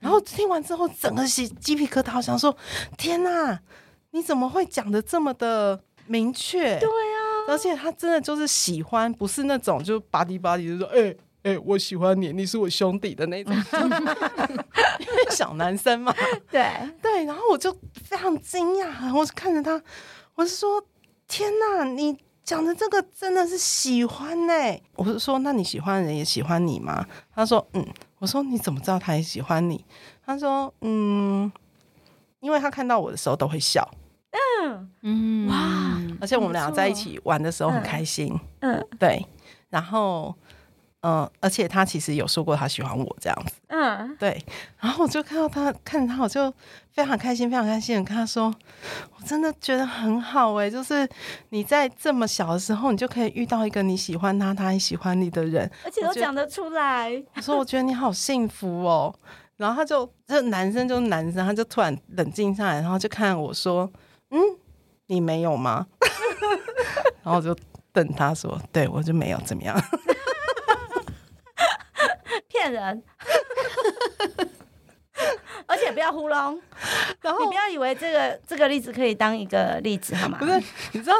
S4: 然后听完之后，整个鸡鸡皮疙瘩，我想说：天哪、你怎么会讲的这么的明确？对啊，而且他真的就是喜欢，不是那种就巴迪巴迪，就说哎。哎、我喜欢你，你是我兄弟的那种， 因为小男生嘛，
S2: 对，
S4: 对，然后我就非常惊讶，我看着他，我是说，天哪，你讲的这个真的是喜欢呢、我是说，那你喜欢的人也喜欢你吗？他说，嗯。我说你怎么知道他也喜欢你？他说，嗯，因为他看到我的时候都会笑，
S3: 嗯，哇，
S4: 而且我们俩在一起玩的时候很
S2: 嗯
S4: 开心，
S2: 嗯
S4: 对。然后，嗯、而且他其实有说过他喜欢我这样子。
S2: 嗯，
S4: 对，然后我就看到他，看着他，我就非常开心，非常开心的跟他说，我真的觉得很好哎、就是你在这么小的时候，你就可以遇到一个你喜欢他，他也喜欢你的人。
S2: 而且都讲得出来，
S4: 我说我觉得你好幸福哦。然后他就，这男生就是男生，他就突然冷静下来，然后就看我说，嗯，你没有吗？ 然后我就瞪他说，对我就没有，怎么样？
S2: 骗人。 而且不要糊弄，
S4: 然后
S2: 你不要以为这个这个例子可以当一个例子好吗？
S4: 不是，你知道，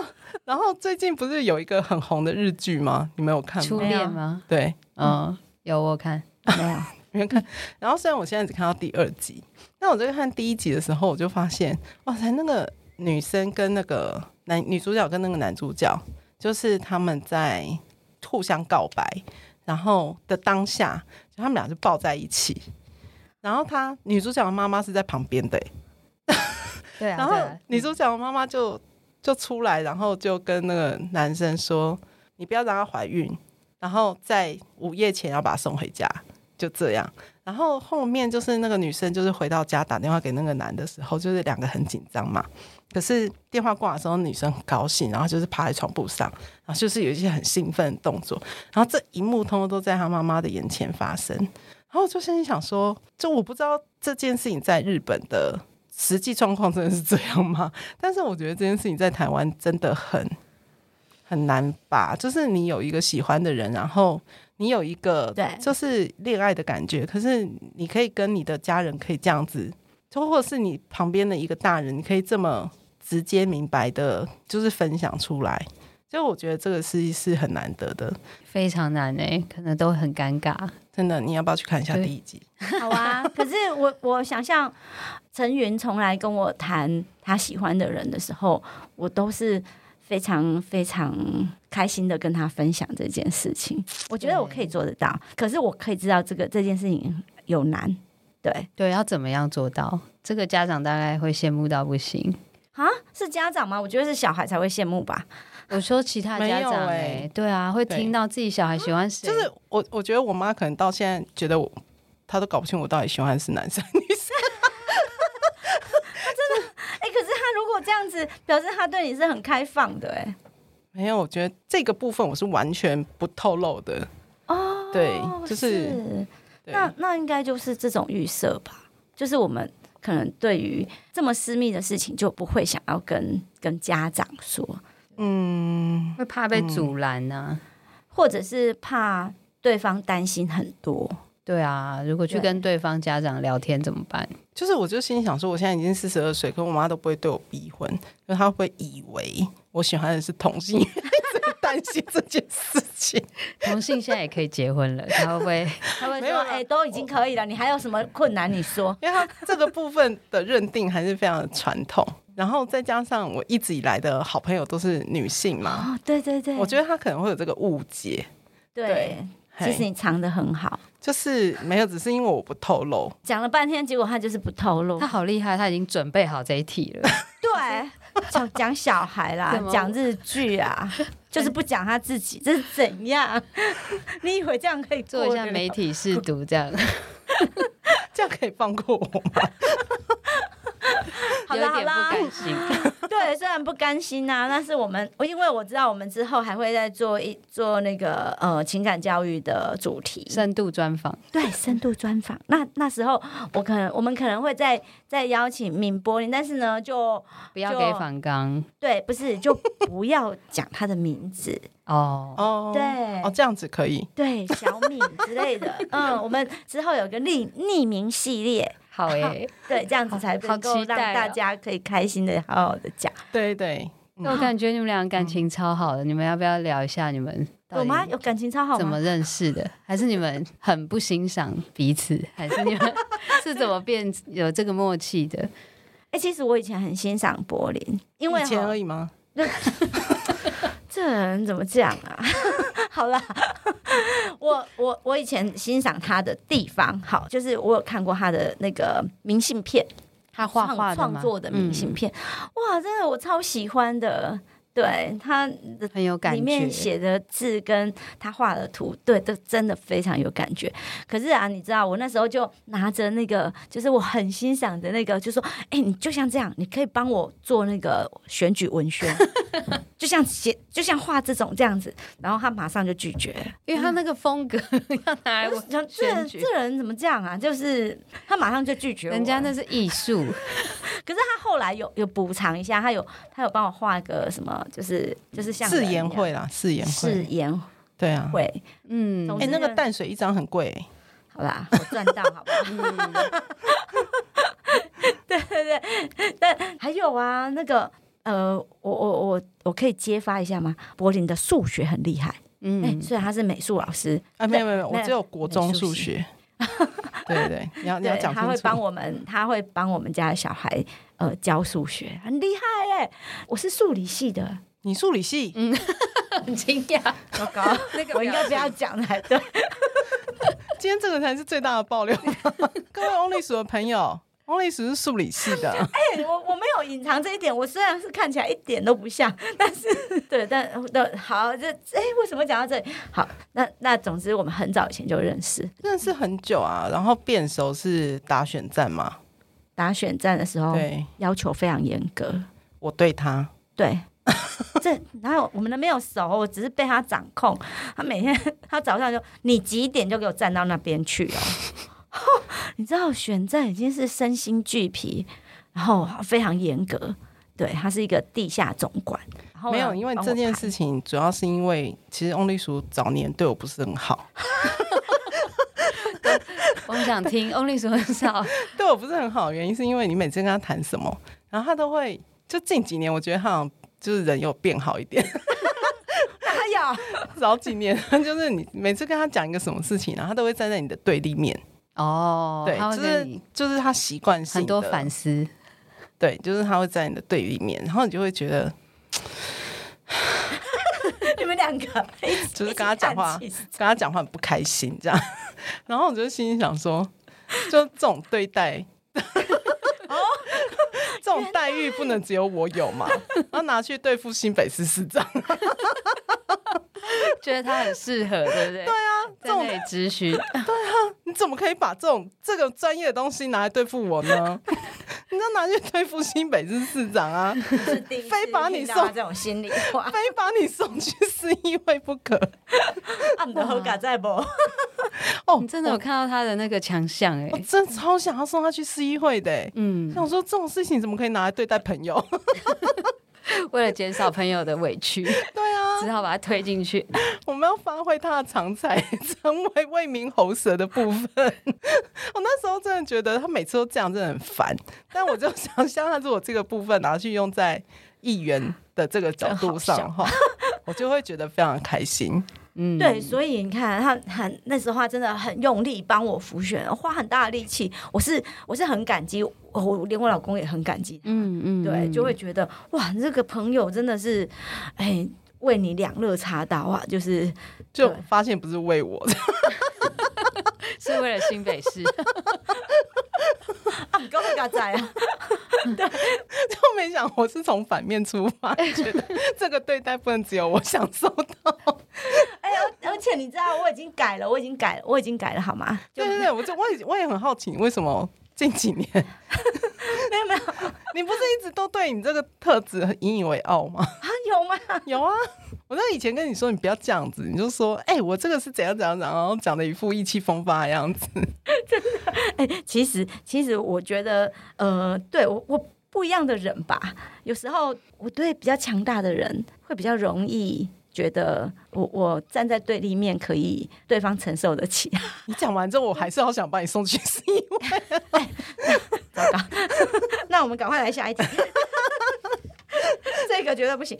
S4: 然后最近不是有一个很红的日剧吗？你们有看
S3: 初
S4: 吗？
S3: 恋吗？
S4: 对，
S3: 嗯，有我有看，
S2: 没 有，
S4: 没有看。然后虽然我现在只看到第二集，但我在看第一集的时候，我就发现，哇塞，那个女生跟那个男女主角跟那个男主角，就是他们在互相告白，然后的当下，就他们俩就抱在一起。然后他女主角的妈妈是在旁边的欸、
S3: 对啊，
S4: 然后
S3: 对啊
S4: 女主角的妈妈就就出来，然后就跟那个男生说：“你不要让她怀孕，然后在午夜前要把她送回家。”就这样。然后后面就是那个女生就是回到家打电话给那个男的时候，就是两个很紧张嘛。可是电话挂的时候，女生很高兴，然后就是趴在床铺上，然后就是有一些很兴奋的动作。然后这一幕通通都在她妈妈的眼前发生。然后我就心里想说，就我不知道这件事情在日本的实际状况真的是这样吗？但是我觉得这件事情在台湾真的很很难吧。就是你有一个喜欢的人，然后你有一个
S2: 对
S4: 就是恋爱的感觉，可是你可以跟你的家人可以这样子，就或者是你旁边的一个大人，你可以这么直接明白的，就是分享出来。就我觉得这个是是很难得的，
S3: 非常难诶、可能都很尴尬。
S4: 真的，你要不要去看一下
S3: 对
S4: 第一集？
S2: 好啊。可是我我想象陈云从来跟我谈他喜欢的人的时候，我都是非常非常开心的跟他分享这件事情。我觉得我可以做得到，可是我可以知道这个这件事情有难。对
S3: 对，要怎么样做到？这个家长大概会羡慕到不行。
S2: 啊，是家长吗？我觉得是小孩才会羡慕吧。
S3: 我说其他
S4: 没
S3: 家
S4: 有
S3: 长
S4: 欸
S3: 哎、对啊，会
S4: 对
S3: 听到自己小孩喜
S2: 啊
S3: 欢谁，
S4: 就是我，我觉得我妈可能到现在觉得我，她都搞不清我到底喜欢是男生 还是女生。
S2: 哎、可是他如果这样子，表示他对你是很开放的、哎，
S4: 没有，我觉得这个部分我是完全不透露的。
S2: 哦，
S4: 对就是对，
S2: 那那应该就是这种预设吧，就是我们可能对于这么私密的事情就不会想要跟跟家长说，
S4: 嗯，
S3: 会怕被阻拦啊呐、
S2: 或者是怕对方担心很多。
S3: 对啊，如果去
S2: 对
S3: 跟对方家长聊天怎么办？
S4: 就是我就心里想说，我现在已经四十二岁，可我妈都不会对我逼婚，因为她会不会以为我喜欢的是同性恋， 所以担心这件事 情。
S3: 同性现在也可以结婚了，他会不 会？
S2: 他会
S4: 没
S2: 说
S4: 有：“啦
S2: 哎、都已经可以了，你还有什么困难？你说。
S4: 因为他这个部分的认定还是非常的传统，然后再加上我一直以来的好朋友都是女性”嘛，
S2: 哦，对对对，
S4: 我觉得他可能会有这个误解，
S2: 对，
S4: 嘿
S2: 其实你藏得很好，
S4: 就是没有，只是因为我不透露，
S2: 讲了半天，结果他就是不透露
S3: 他。好厉害，他已经准备好这一题了。
S2: 对，讲讲小孩啦
S3: 怎，么
S2: 讲日剧 啊，就是不讲他自己，这是怎样？你以为这样可以
S3: 做一下
S2: 过得
S3: 媒体试读这样。
S4: 这样可以放过我吗？
S2: 好
S3: 有点
S2: 啦好
S3: 不
S2: 啦，
S3: 甘 心。
S2: 对，虽然不甘心呐、但是我们我因为我知道我们之后还会再做一做那个呃情感教育的主题，
S3: 深度专访，
S2: 对深度专访。那那时候我可能我们可能会再再邀请敏柏林，但是呢，就
S3: 不要
S2: 就
S3: 给反刚
S2: 对，不是就不要讲他的名字，
S3: 哦。
S4: 哦，
S2: 对
S4: 哦，这样子可以。
S2: 对小敏之类的。嗯，我们之后有个匿匿名系列。
S3: 好欸诶，
S2: 对，这样子才
S3: 好
S2: 能够
S3: 期
S2: 让
S3: 待哦
S2: 大家可以开心的好好的讲。
S4: 对对，
S2: 嗯
S4: 嗯
S3: 那我感觉你们俩感情超好的，你们要不要聊一下你们到
S2: 有
S3: 底
S2: 嗯吗？有感情超好
S3: 怎
S2: 吗
S3: 么？认识 的？还是你们很不欣赏彼此？ 还是你们是怎么变有这个默契的？
S2: 哎、其实我以前很欣赏柏林，因为
S4: 以前
S2: 吼
S4: 而已吗？
S2: 这人怎么这样啊？ 好啦，我我我以前欣赏他的地方，好，就是我有看过他的那个明信片，
S3: 他画
S2: 创
S3: 画的
S2: 创
S3: 吗？嗯
S2: 作的明信片，哇，真的我超喜欢的。对他的
S3: 嗯很有感
S2: 里面
S3: 觉。
S2: 写的字跟他画的图，对，都真的非常有感觉。可是啊，你知道，我那时候就拿着那个，就是我很欣赏的那个，就说：“哎、你就像这样，你可以帮我做那个选举文宣，就像写，就像画这种这样子。”然后他马上就拒绝了。
S3: 因为他那个风 格要拿来
S2: 我 就想这
S3: 选
S2: 人
S3: 举
S2: 这人怎么这样啊？就是他马上就拒绝我
S3: 人家那是艺 术，
S2: 可是他后来有有补偿一下，他有他有帮我画个什么，就是就是像
S4: 誓
S2: 人一
S4: 言
S2: 样
S4: 会啦，誓言
S2: 誓
S4: 会，
S2: 言
S4: 对啊。
S2: 会。
S3: 嗯，
S2: 总
S4: 哎，
S2: 之
S4: 那个
S2: 呢
S4: 淡水一张很贵欸，
S2: 好啦，我赚到，好吧？
S4: 嗯
S2: 对对对，但还有啊，那个呃，我我我我可以揭发一下吗？柏林的数学很厉害，哎、
S3: 嗯，
S2: 虽然他是美术老师，
S4: 啊，没有没有，没有
S2: 那
S4: 我只有国中
S2: 美术
S4: 数
S2: 系
S4: 学。对对，你啊要你要
S2: 对，
S4: 讲
S2: 他会
S4: 清
S2: 帮
S4: 楚。
S2: 我们，他会帮我们家的小孩呃教数学，很厉害哎、我是数理系的，
S4: 你数理系，
S2: 嗯
S3: 很惊讶，
S2: 糟糕，那
S4: 啊
S2: 个我应该不要讲才对。
S4: 今天这个才是最大的爆料。 各位 Only 数的朋友，Only 数是数理系 的，
S2: 我我没有隐藏这一点，我虽然是看起来一点都不像，但是 对，但但好，这哎，为什么讲到这里？好，那那总之我们很早以前就认识，
S4: 认识很久啊，然后变熟是打选战嘛。
S2: 打选战的时候
S4: 对，
S2: 要求非常严格，
S4: 我对他，
S2: 对。这哪有我们的没有熟，我只是被他掌控。他每天他早上就你几点就给我站到那边去哦。 你知道选战已经是身心俱疲，然后非常严格。对他是一个地下总管。然后呢
S4: 没有，因为
S2: 帮我
S4: 这件
S2: 排
S4: 事情主要是因为，其实 Only 叔早年对我不是很好，
S3: 我想听 Only 说很少，
S4: 对我不是很好，原因是因为你每次跟他谈什么，然后他都会，就近几年我觉得他好像就是人有变好一点，
S2: 哎呀，
S4: 早几年 就是你每次跟他讲一个什么事情，然后他都会站在你的对立面，
S3: 哦，
S4: 对
S3: 他，会
S4: 就
S3: 给
S4: 是
S3: 你
S4: 就是他习惯性
S3: 很多
S4: 的
S3: 反思，
S4: 对，就是他会在你的对立面，然后你就会觉得，
S2: 你们两个
S4: 就是跟他讲话，跟他讲话很不开心这样。 然后我就心里想说，就这种对待，哦这种待遇不能只有我有嘛？然后拿去对付新北市市长，
S3: 觉得他很适合，对不对？对啊，在那里咨询，
S4: 你怎么可以把这种这个专业的东西拿来对付我呢？ 你就拿去对付新北市市长啊，非
S2: 非
S4: 把你送
S2: 这种心里话，
S4: 把你送去市议会不可。
S2: 啊，你的好嘎在不？
S4: 哦
S3: 你，真的有看到他的那个强项哎
S4: 我，真的超想要送他去市议会的、欸。
S3: 嗯，
S4: 想说这种事情怎么可以拿来对待朋友？
S3: 为了减少朋友的委屈，
S4: 对 啊，
S3: 只好把他推进去。
S4: 我们要发挥他的长才， 成为为民喉舌的部分。 我那时候真的觉得他每次都这样，真的很烦。但我就 想象他如果这个部分拿去用在议员的这个角度上的 话，我就会觉得非常开心。
S3: 嗯，
S2: 对，所以你看，他很那时候他真的很用力帮我浮选，花很大的力气，我是我是很感激，我我连我老公也很感激，
S3: 嗯嗯，
S2: 对，
S3: 嗯
S2: 就会觉得哇，这个朋友真的是，哎。为你两肋插刀啊，就是
S4: 就
S2: 对
S4: 发现不是为我，
S3: 是为了新北 市，
S2: 啊，够不够仔啊？
S4: 就没想我是从反面出发，觉得这个对待不能只有我享受到。
S2: 哎，而而且你知道，我已经改了，我已经改了，我已经改了，好吗？
S4: 对对对，我 就我也我也很好奇，为什么近几年
S2: 没有没有啊，
S4: 你不是一直都对你这个特质很引以为傲吗？
S2: 有吗？
S4: 有啊，我在以前跟你说你不要这样子，你就说哎、我这个是怎样怎样怎样，然后讲的一副意气风发的样子。
S2: 哎，其实其实我觉得，呃，对我我不一样的人吧，有时候我对比较强大的人会比较容易。觉得我我站在对立面可以对方承受得起，
S4: 你讲完之后，我还是好想把你送去 C 位。
S2: 那我们赶快来下一题，这个绝对不行。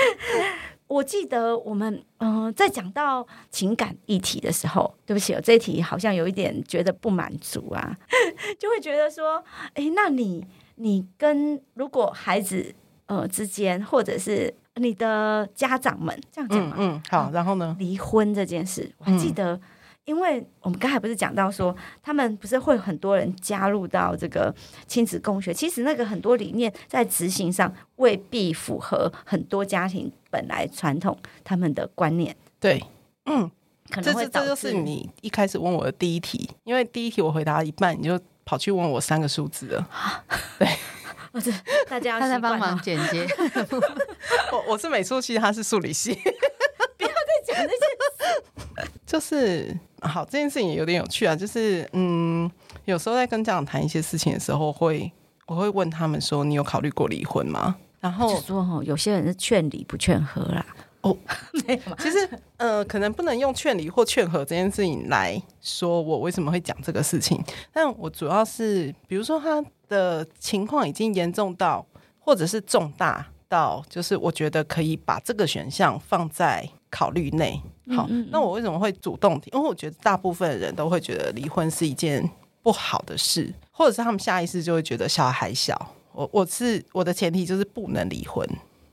S2: 我记得我们嗯、呃在讲到情感议题的时候，对不起，我这一题好像有一点觉得不满足啊， 就会觉得说，诶，那你你跟如果孩子呃之间，或者是你的家长们这样讲
S4: 嗯
S2: 嘛，
S4: 嗯，好，然后呢？
S2: 离婚这件
S4: 嗯
S2: 事，我还记得，因为我们刚才不是讲到说，他们不是会有很多人加入到这个亲子共学，其实那个很多理念在执行上未必符合很多家庭本来传统他们的观念，
S4: 对，嗯，
S2: 可
S4: 这
S2: 能会
S4: 这
S2: 导
S4: 这
S2: 致
S4: 就是你一开始问我的第一题，因为第一题我回答一半，你就跑去问我三个数字了。
S2: 哦 大家要
S3: 他在
S2: 习
S3: 帮
S2: 惯
S3: 忙
S2: 哦
S3: 剪接，
S4: 我我是美术系，他是数理 系，
S2: 讲这些
S4: 就是好这件事情也有点有趣啊。就是嗯，有时候在跟家长谈一些事情的时候会我会问他们说：“你有考虑过离婚吗？”然后
S2: 就说哦，有些人是劝离不劝和啦，
S4: 其实，呃，可能不能用劝离或劝和这件事情来说我为什么会讲这个事情，但我主要是，比如说他的情况已经严重到，或者是重大到，就是我觉得可以把这个选项放在考虑内。好，那我为什么会主动提？因为我觉得大部分人都会觉得离婚是一件不好的事，或者是他们下意识就会觉得小孩小。我我是我的前提就是不能离婚，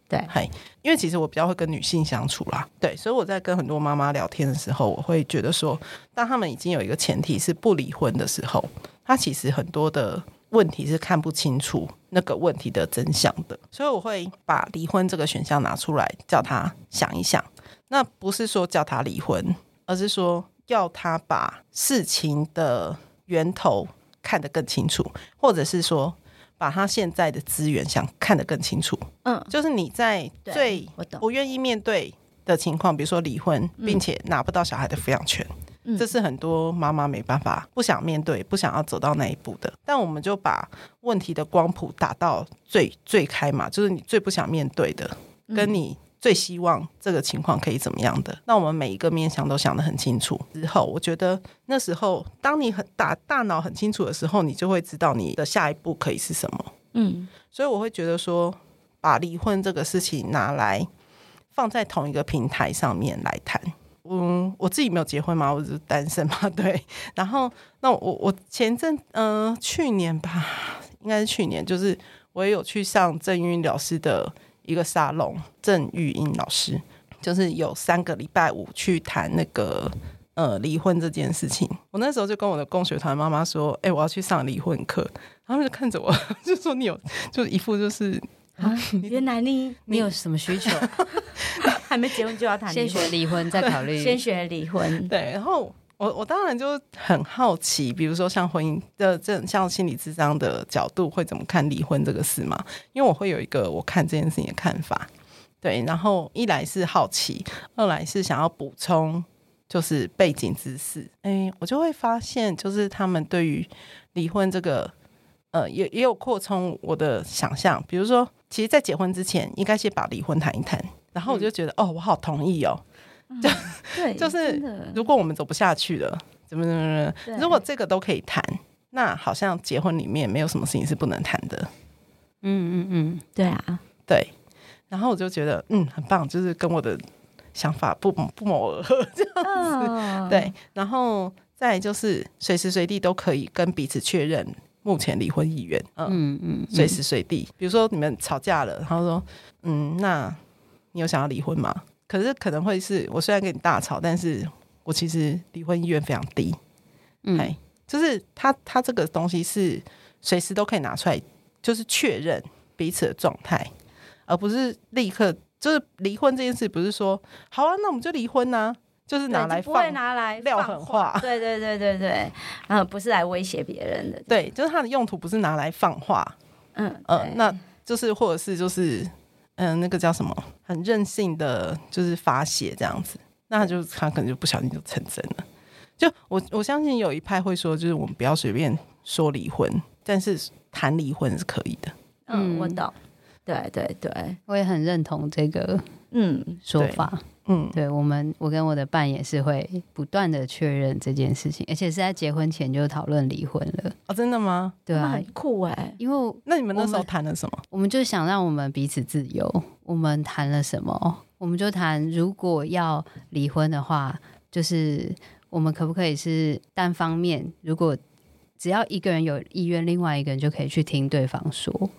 S3: 对
S4: 嗨，因为其实我比较会跟女性相处啦，对，所以我在跟很多妈妈聊天的时候，我会觉得说，当他们已经有一个前提是不离婚的时候，他其实很多的问题是看不清楚那个问题的真相的，所以我会把离婚这个选项拿出来，叫他想一想。那不是说叫他离婚，而是说要他把事情的源头看得更清楚，或者是说把他现在的资源想看得更清楚。
S2: 嗯，
S4: 就是你在
S2: 对
S4: 最
S2: 我懂
S4: 不愿意面对的情况，比如说离婚，并且拿不到小孩的抚养权，
S2: 嗯
S4: 这是很多妈妈没办法、不想面对、不想要走到那一步的。但我们就把问题的光谱打到最最开嘛，就是你最不想面对的，
S2: 嗯
S4: 跟你。最希望这个情况可以怎么样的？那我们每一个面向都想得很清楚之后，我觉得那时候当你很打大脑很清楚的时候，你就会知道你的下一步可以是什么。
S2: 嗯
S4: 所以我会觉得说，把离婚这个事情拿来放在同一个平台上面来谈。嗯，我自己没有结婚嘛，我只是单身嘛， 对。然后，那我我前阵，嗯、去年吧，应该是去年，就是我也有去上郑玉英老师的一个沙龙，郑玉英老师就是有三个礼拜五去谈那个呃离婚这件事情。我那时候就跟我的共学团妈妈说，哎、我要去上离婚课，然后他们就看着我， 就说你有，就一副就是
S2: 啊，原来你
S3: 你有什么需求？
S2: 还没结婚就要谈
S3: 先
S2: 离婚
S3: 学，离婚再考虑。
S2: 先学离婚，
S4: 对，然后我我当然就很好奇，比如说像婚姻的这像心理智商的角度会怎么看离婚这个事嘛？因为我会有一个我看这件事情的看法，对，然后一来是好奇，二来是想要补充就是背景知识，哎，我就会发现就是他们对于离婚这个。呃，也也有扩充我的想象，比如说，其实，在结婚之前，应该先把离婚谈一谈，然后我就觉得，哦，我好同意哦，
S2: 嗯 对，
S4: 就是
S2: 真的
S4: 如果我们走不下去了，怎么怎么怎
S2: 对
S4: 么，如果这个都可以谈，那好像结婚里面没有什么事情是不能谈的，
S3: 嗯嗯嗯，
S2: 对啊，
S4: 对。然后我就觉得，嗯，很棒，就是跟我的想法不不谋而合，
S2: 嗯，
S4: 对。然后再来就是随时随地都可以跟彼此确认目前离婚意愿，嗯，
S3: 嗯嗯，
S4: 随时随地，比如说你们吵架了，然后说，嗯，那你有想要离婚吗？可是可能会是我虽然跟你大吵，但是我其实离婚意愿非常低。
S3: 嗯
S4: 哎，就是他他这个东西是随时都可以拿出来，就是确认彼此的状态，而不是立刻就是离婚这件事，不是说好啊，那我们就离婚呐、就是拿
S2: 对
S4: 来
S2: 就不会
S4: 放
S2: 拿来
S4: 撂
S2: 放
S4: 狠话
S2: 对对对对对，嗯，不是来威胁别人的，
S4: 对，就是它的用途不是拿来放话，
S2: 嗯
S4: 呃
S2: 对，
S4: 那就是或者是就是嗯、呃那个叫什么，很任性的就是发泄这样子，那他就他可能就不小心就成真了。就我我相信有一派会说，就是我们不要随便说离婚，但是谈离婚是可以的。
S2: 嗯，
S3: 嗯
S2: 我懂，对对对，
S3: 我也很认同这个
S2: 嗯，
S3: 说法。
S4: 嗯，
S3: 对我们，我跟我的伴也是会不断的确认这件事情，而且是在结婚前就讨论离婚了。
S4: 哦，真的吗？
S3: 对
S2: 那
S3: 啊
S2: 很，酷哎、
S3: 因为
S4: 那你们那时
S3: 我
S4: 候
S3: 们嗯
S4: 谈了什么？
S3: 我们就想让我们彼此自由。我们谈了什么？我们就谈，如果要离婚的话，就是我们可不可以是单方面？如果只要一个人有意愿，另外一个人就可以去听对方说，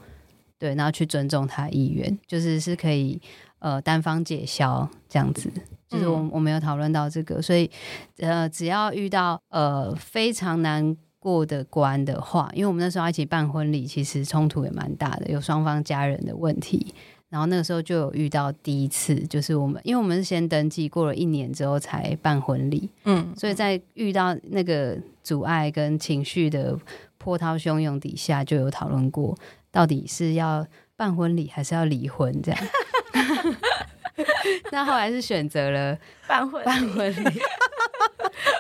S3: 对，然后去尊重他意愿，就是是可以呃单方解消这样子。就是我我没有讨论到这个，所以呃，只要遇到呃非常难过的关的话，因为我们那时候要一起办婚礼，其实冲突也蛮大的，有双方家人的问题。然后那个时候就有遇到第一次，就是我们因为我们是先登记，过了一年之后才办婚礼，
S4: 嗯，
S3: 所以在遇到那个阻碍跟情绪的波涛汹涌底下，就有讨论过到底是要办婚礼还是要离婚这样。 那后来是选择了
S2: 办婚
S3: 办婚礼。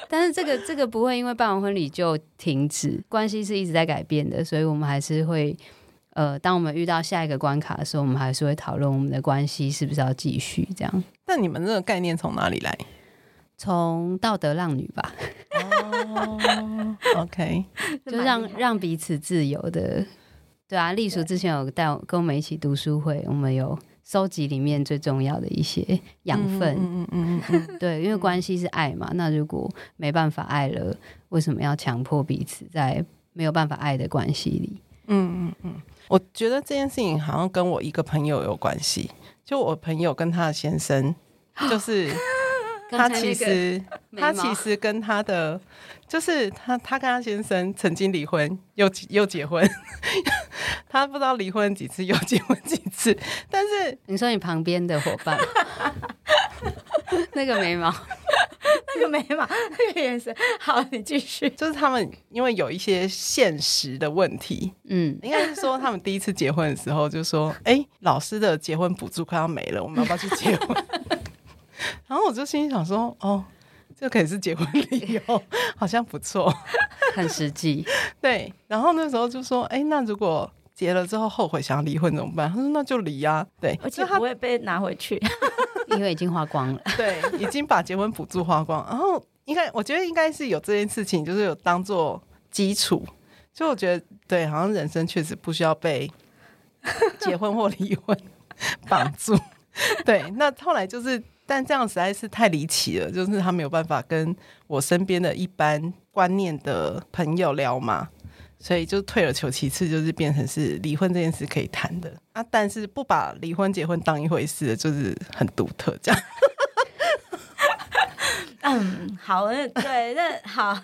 S3: 但是这个这个不会因为办完婚礼就停止，关系是一直在改变的，所以我们还是会，呃，当我们遇到下一个关卡的时候，我们还是会讨论我们的关系是不是要继续这样。
S4: 那你们这个概念从哪里来
S3: 从道德浪女吧，
S4: ？OK，
S3: 就让让彼此自由的，对啊，丽叔之前有带我跟我们一起读书会，我们有收集里面最重要的一些养分，
S4: 嗯嗯嗯嗯嗯
S3: 对，因为关系是爱嘛，那如果没办法爱了，为什么要强迫彼此在没有办法爱的关系里？
S4: 嗯嗯嗯，我觉得这件事情好像跟我一个朋友有关系，就我朋友跟她的 先生，就是。他其实
S3: 眉毛
S4: 他其实跟他的就是他他跟他先生曾经离婚又又结婚， 他不知道离婚几次又结婚几次，但是
S3: 你说你旁边的伙 伴，那个眉毛，
S2: 那个眉毛，那个眼神，好，你继续。
S4: 就是他们因为有一些现实的问题，
S3: 嗯，
S4: 应该是说他们第一次结婚的时候就说：“哎、老师的结婚补助快要没了，我们要不要去结婚？” 然后我就心里想说：“哦，这可以是结婚理由，好像不错。”
S3: 很实际，
S4: 对，然后那时候就说，哎，那如果结了之后后悔想要离婚怎么办？他说那就离啊，对，
S2: 而
S4: 就
S2: 且
S4: 他
S2: 不会被拿回去，
S3: 因为已经花光了。
S4: 对已经把结婚补助花光，然后应该我觉得应该是有这件事情，就是有当做基础，所以我觉得对，好像人生确实不需要被结婚或离婚绑住。对，那后来就是，但这样实在是太离奇了，就是他没有办法跟我身边的一般观念的朋友聊嘛，所以就退而求其次，就是变成是离婚这件事可以谈的啊，但是不把离婚结婚当一回事的，就是很独特这样。
S2: 嗯，好，那对，那好，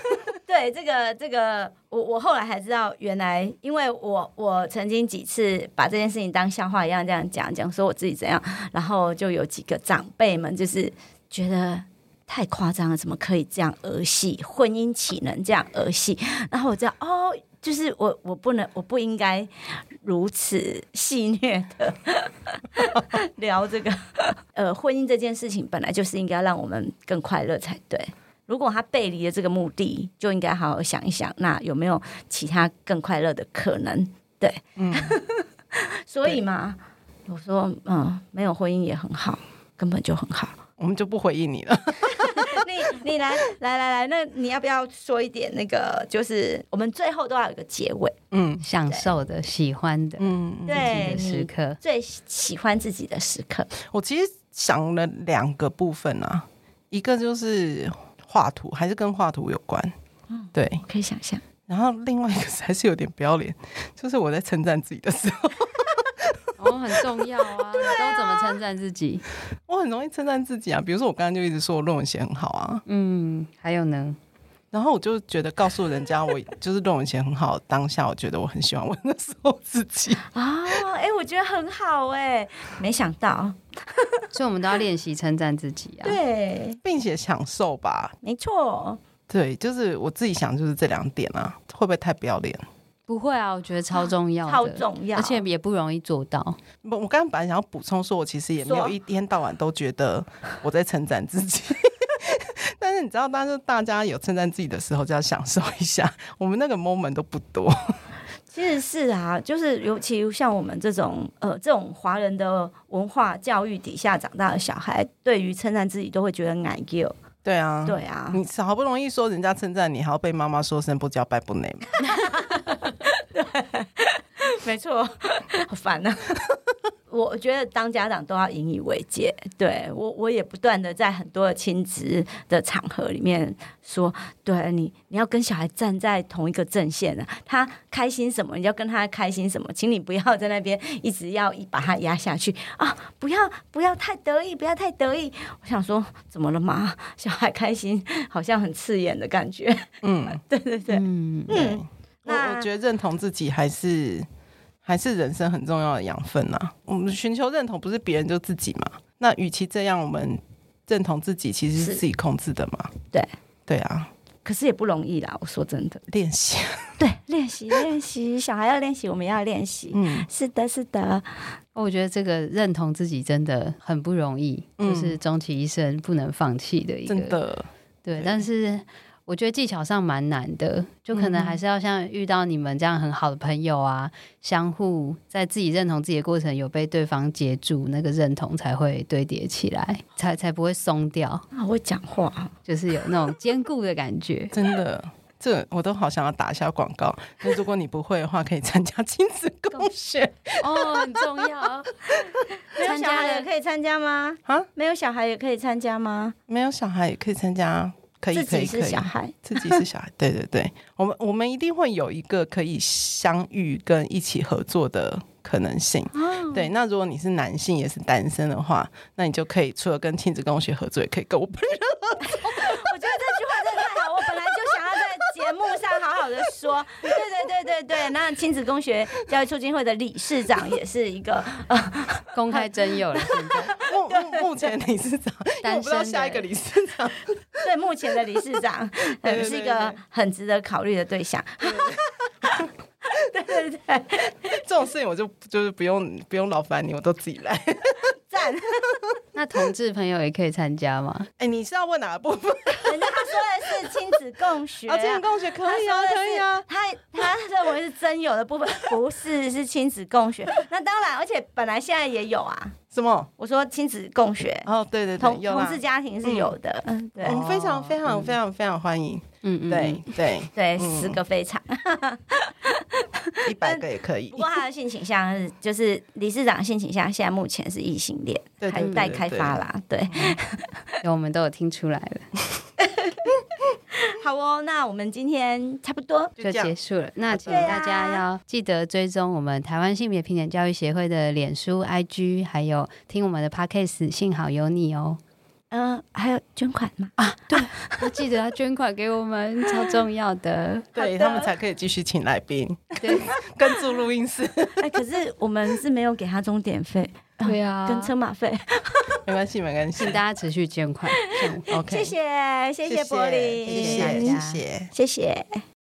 S2: 对这个这个，我我后来还知道，原来因为我我曾经几次把这件事情当笑话一样这样讲，讲说我自己怎样，然后就有几个长辈们就是觉得。太夸张了，怎么可以这样儿戏？婚姻岂能这样儿戏？然后我知道，哦，就是我，我不能，我不应该如此戏谑的 聊这个呃，婚姻这件事情本来就是应该让我们更快乐才对。如果他背离了这个目的，就应该好好想一想，那有没有其他更快乐的可能？对，
S4: 嗯
S2: 所以嘛，我说，嗯，没有婚姻也很好，根本就很好。
S4: 我们就不回应你了。
S2: 你你来来来来，那你要不要说一点那个？就是我们最后都要有个结尾，
S4: 嗯
S3: 享受的、喜欢的
S4: 嗯，
S3: 自己
S2: 对
S3: 的时
S2: 你
S3: 刻，
S2: 最喜欢自己的时刻。
S4: 我其实想了两个部分啊，一个就是画图，还是跟画图有关。对，
S2: 我可以想象，
S4: 然后另外一个 还是有点不要脸，就是我在称赞自己的 时候，
S3: 哦，很重要 啊！你都怎么称赞自己？
S4: 我很容易称赞自己啊。比如说我刚刚就一直说我论文写很好啊，
S3: 嗯，还有呢，
S4: 然后我就觉得告诉人家我就是论文写很好，当下我觉得我很喜欢我那时候自己。
S2: 啊，哎、我觉得很好哎、没想到，
S3: 所以我们都要练习称赞自己啊。
S2: 对，
S4: 并且享受吧。
S2: 没错，
S4: 对，就是我自己想，就是这两点啊，会不会太不要脸？
S3: 不会啊，我觉得超重要的，
S2: 超重要，
S3: 而且也不容易做到。
S4: 不，我刚刚本来想要补充说，我其实也没有
S2: 说
S4: 一天到晚都觉得我在称赞自己。 但是你知道，当时大家有称赞自己的时候，就要享受一下。我们那个 moment 都不多，
S2: 其实是啊，就是尤其像我们这种呃这种华人的文化教育底下长大的小孩，对于称赞自己都会觉得矮 g
S4: 对啊，
S2: 对啊，
S4: 你好不容易说人家称赞你，还要被妈妈说声不教拜不内嘛。
S2: 没 错，好烦
S4: 啊
S2: 呐、 我觉得当家长都要引以为戒。对我，我也不断的在很多的亲子的场合里面说，对你，你要跟小孩站在同一个阵线啊，他开心什么，你就要跟他开心什么，请你不要在那边一直要把他压下去啊，不要不要太得意，不要太得意。我想说，怎么了嘛？小孩开心好像很刺眼的感觉。
S4: 嗯，
S2: 对对对，
S3: 嗯，
S4: 对。我
S2: 那
S4: 我觉得认同自己还是还是人生很重要的养分呐、我们寻求认同不是别人就自己嘛？那与其这样，我们认同自己其实是
S2: 是
S4: 自己控制的嘛？
S2: 对
S4: 对啊，
S2: 可是也不容易啦，我说真的。
S4: 练习。
S2: 对，练习练习，小孩要练习，我们也要练习。
S4: 嗯，
S2: 是的，是的，
S4: 啊
S3: 我觉得这个认同自己真的很不容易，
S4: 嗯
S3: 就是终其一生不能放弃的一个。
S4: 真的，
S3: 对
S4: 对，。
S3: 但是我觉得技巧上蛮难的，就可能还是要像遇到你们这样很好的朋友啊，相互在自己认同自己的过程有被对方接住，那个认同才会堆叠起来，才才不会松掉，
S2: 啊，会讲话，
S3: 就是有那种坚固的感觉
S4: 真的。这我都好想要打一下广告。那如果你不会的话，可以参加亲子共学
S3: 哦，很重要。
S2: 没有
S3: 参
S2: 小
S3: 加
S2: 孩也
S3: 了
S2: 可以参加吗？
S4: 啊！
S2: 没有小孩也可以参加吗？
S4: 没有小孩也可以参加，可以
S2: 自
S4: 可以
S2: 己
S4: 可
S2: 是
S4: 以
S2: 小，孩，
S4: 自己是小孩，对对对，我们我们一定会有一个可以相遇跟一起合作的可能性。对，那如果你是男性也是单身的话，那你就可以除了跟亲子共学合作，也可以跟我本 人。
S2: 我觉得这句话真的太好，我本来就想要在节目上好好的说。对对对对对，那亲子工学教育促进会的理事长也是一个，
S3: 公开征友了，现在
S4: 目目目前理事长，因为我
S3: 单
S4: 不知道
S3: 身的
S4: 下一个理事长。
S2: 对目前的理事长，
S4: 对对
S2: 呃，
S4: 对
S2: 是一个很值得考虑的对象。对对对，
S4: 这种事情我就就是不用不用劳烦你，我都自己来。
S2: 赞！
S3: 那同志朋友也可以参加吗？
S4: 哎、你是要问哪个部分？
S2: 人家他说的是亲子共学
S4: 啊，亲子共学可以啊，可以啊。
S2: 他他认为是真有的部 分，不是是亲子共学。那当然，而且本来现在也有啊。
S4: 什么？
S2: 我说亲子共学，
S4: 哦，对对对，
S2: 同
S4: 有啦
S2: 同志家庭是有的，嗯，对
S4: 我们非常非常非常非常欢迎。
S3: 嗯嗯，
S4: 对对，
S2: 对，
S4: 嗯
S2: 十个非常。
S4: 一百个也可以
S2: 不。过他的性倾向是，就是理事长的性倾向现在目前是异性恋，
S4: 对对
S2: 还
S4: 对
S2: 待
S4: 对
S2: 开
S4: 对嗯
S2: 发啦。对，
S3: 对，我们都有听出来了，
S2: 好哦，那我们今天差不多。
S4: 就
S3: 就
S4: 这样
S3: 结束了。那请
S2: 对啊
S3: 大家要记得追踪我们台湾性别平等教育协会的脸书、IG，还有听我们的 Podcast。幸好有你 哦，
S2: 嗯，还有捐款吗？
S3: 要记得要捐款给我们，超重要 的。
S4: 对
S2: 好的
S4: 他们才可以继续请来宾，
S3: 对
S4: 跟住录音 室
S2: 哎，可是我们是没有给他钟点费
S3: 对啊，
S2: 跟车马费。
S4: 没关系，没关系
S3: 请。大家持续捐款。这样
S4: OK，
S2: 谢谢，谢谢柏林，
S4: 谢
S3: 谢谢
S4: 谢，谢
S3: 大家
S4: 谢。
S2: 谢谢。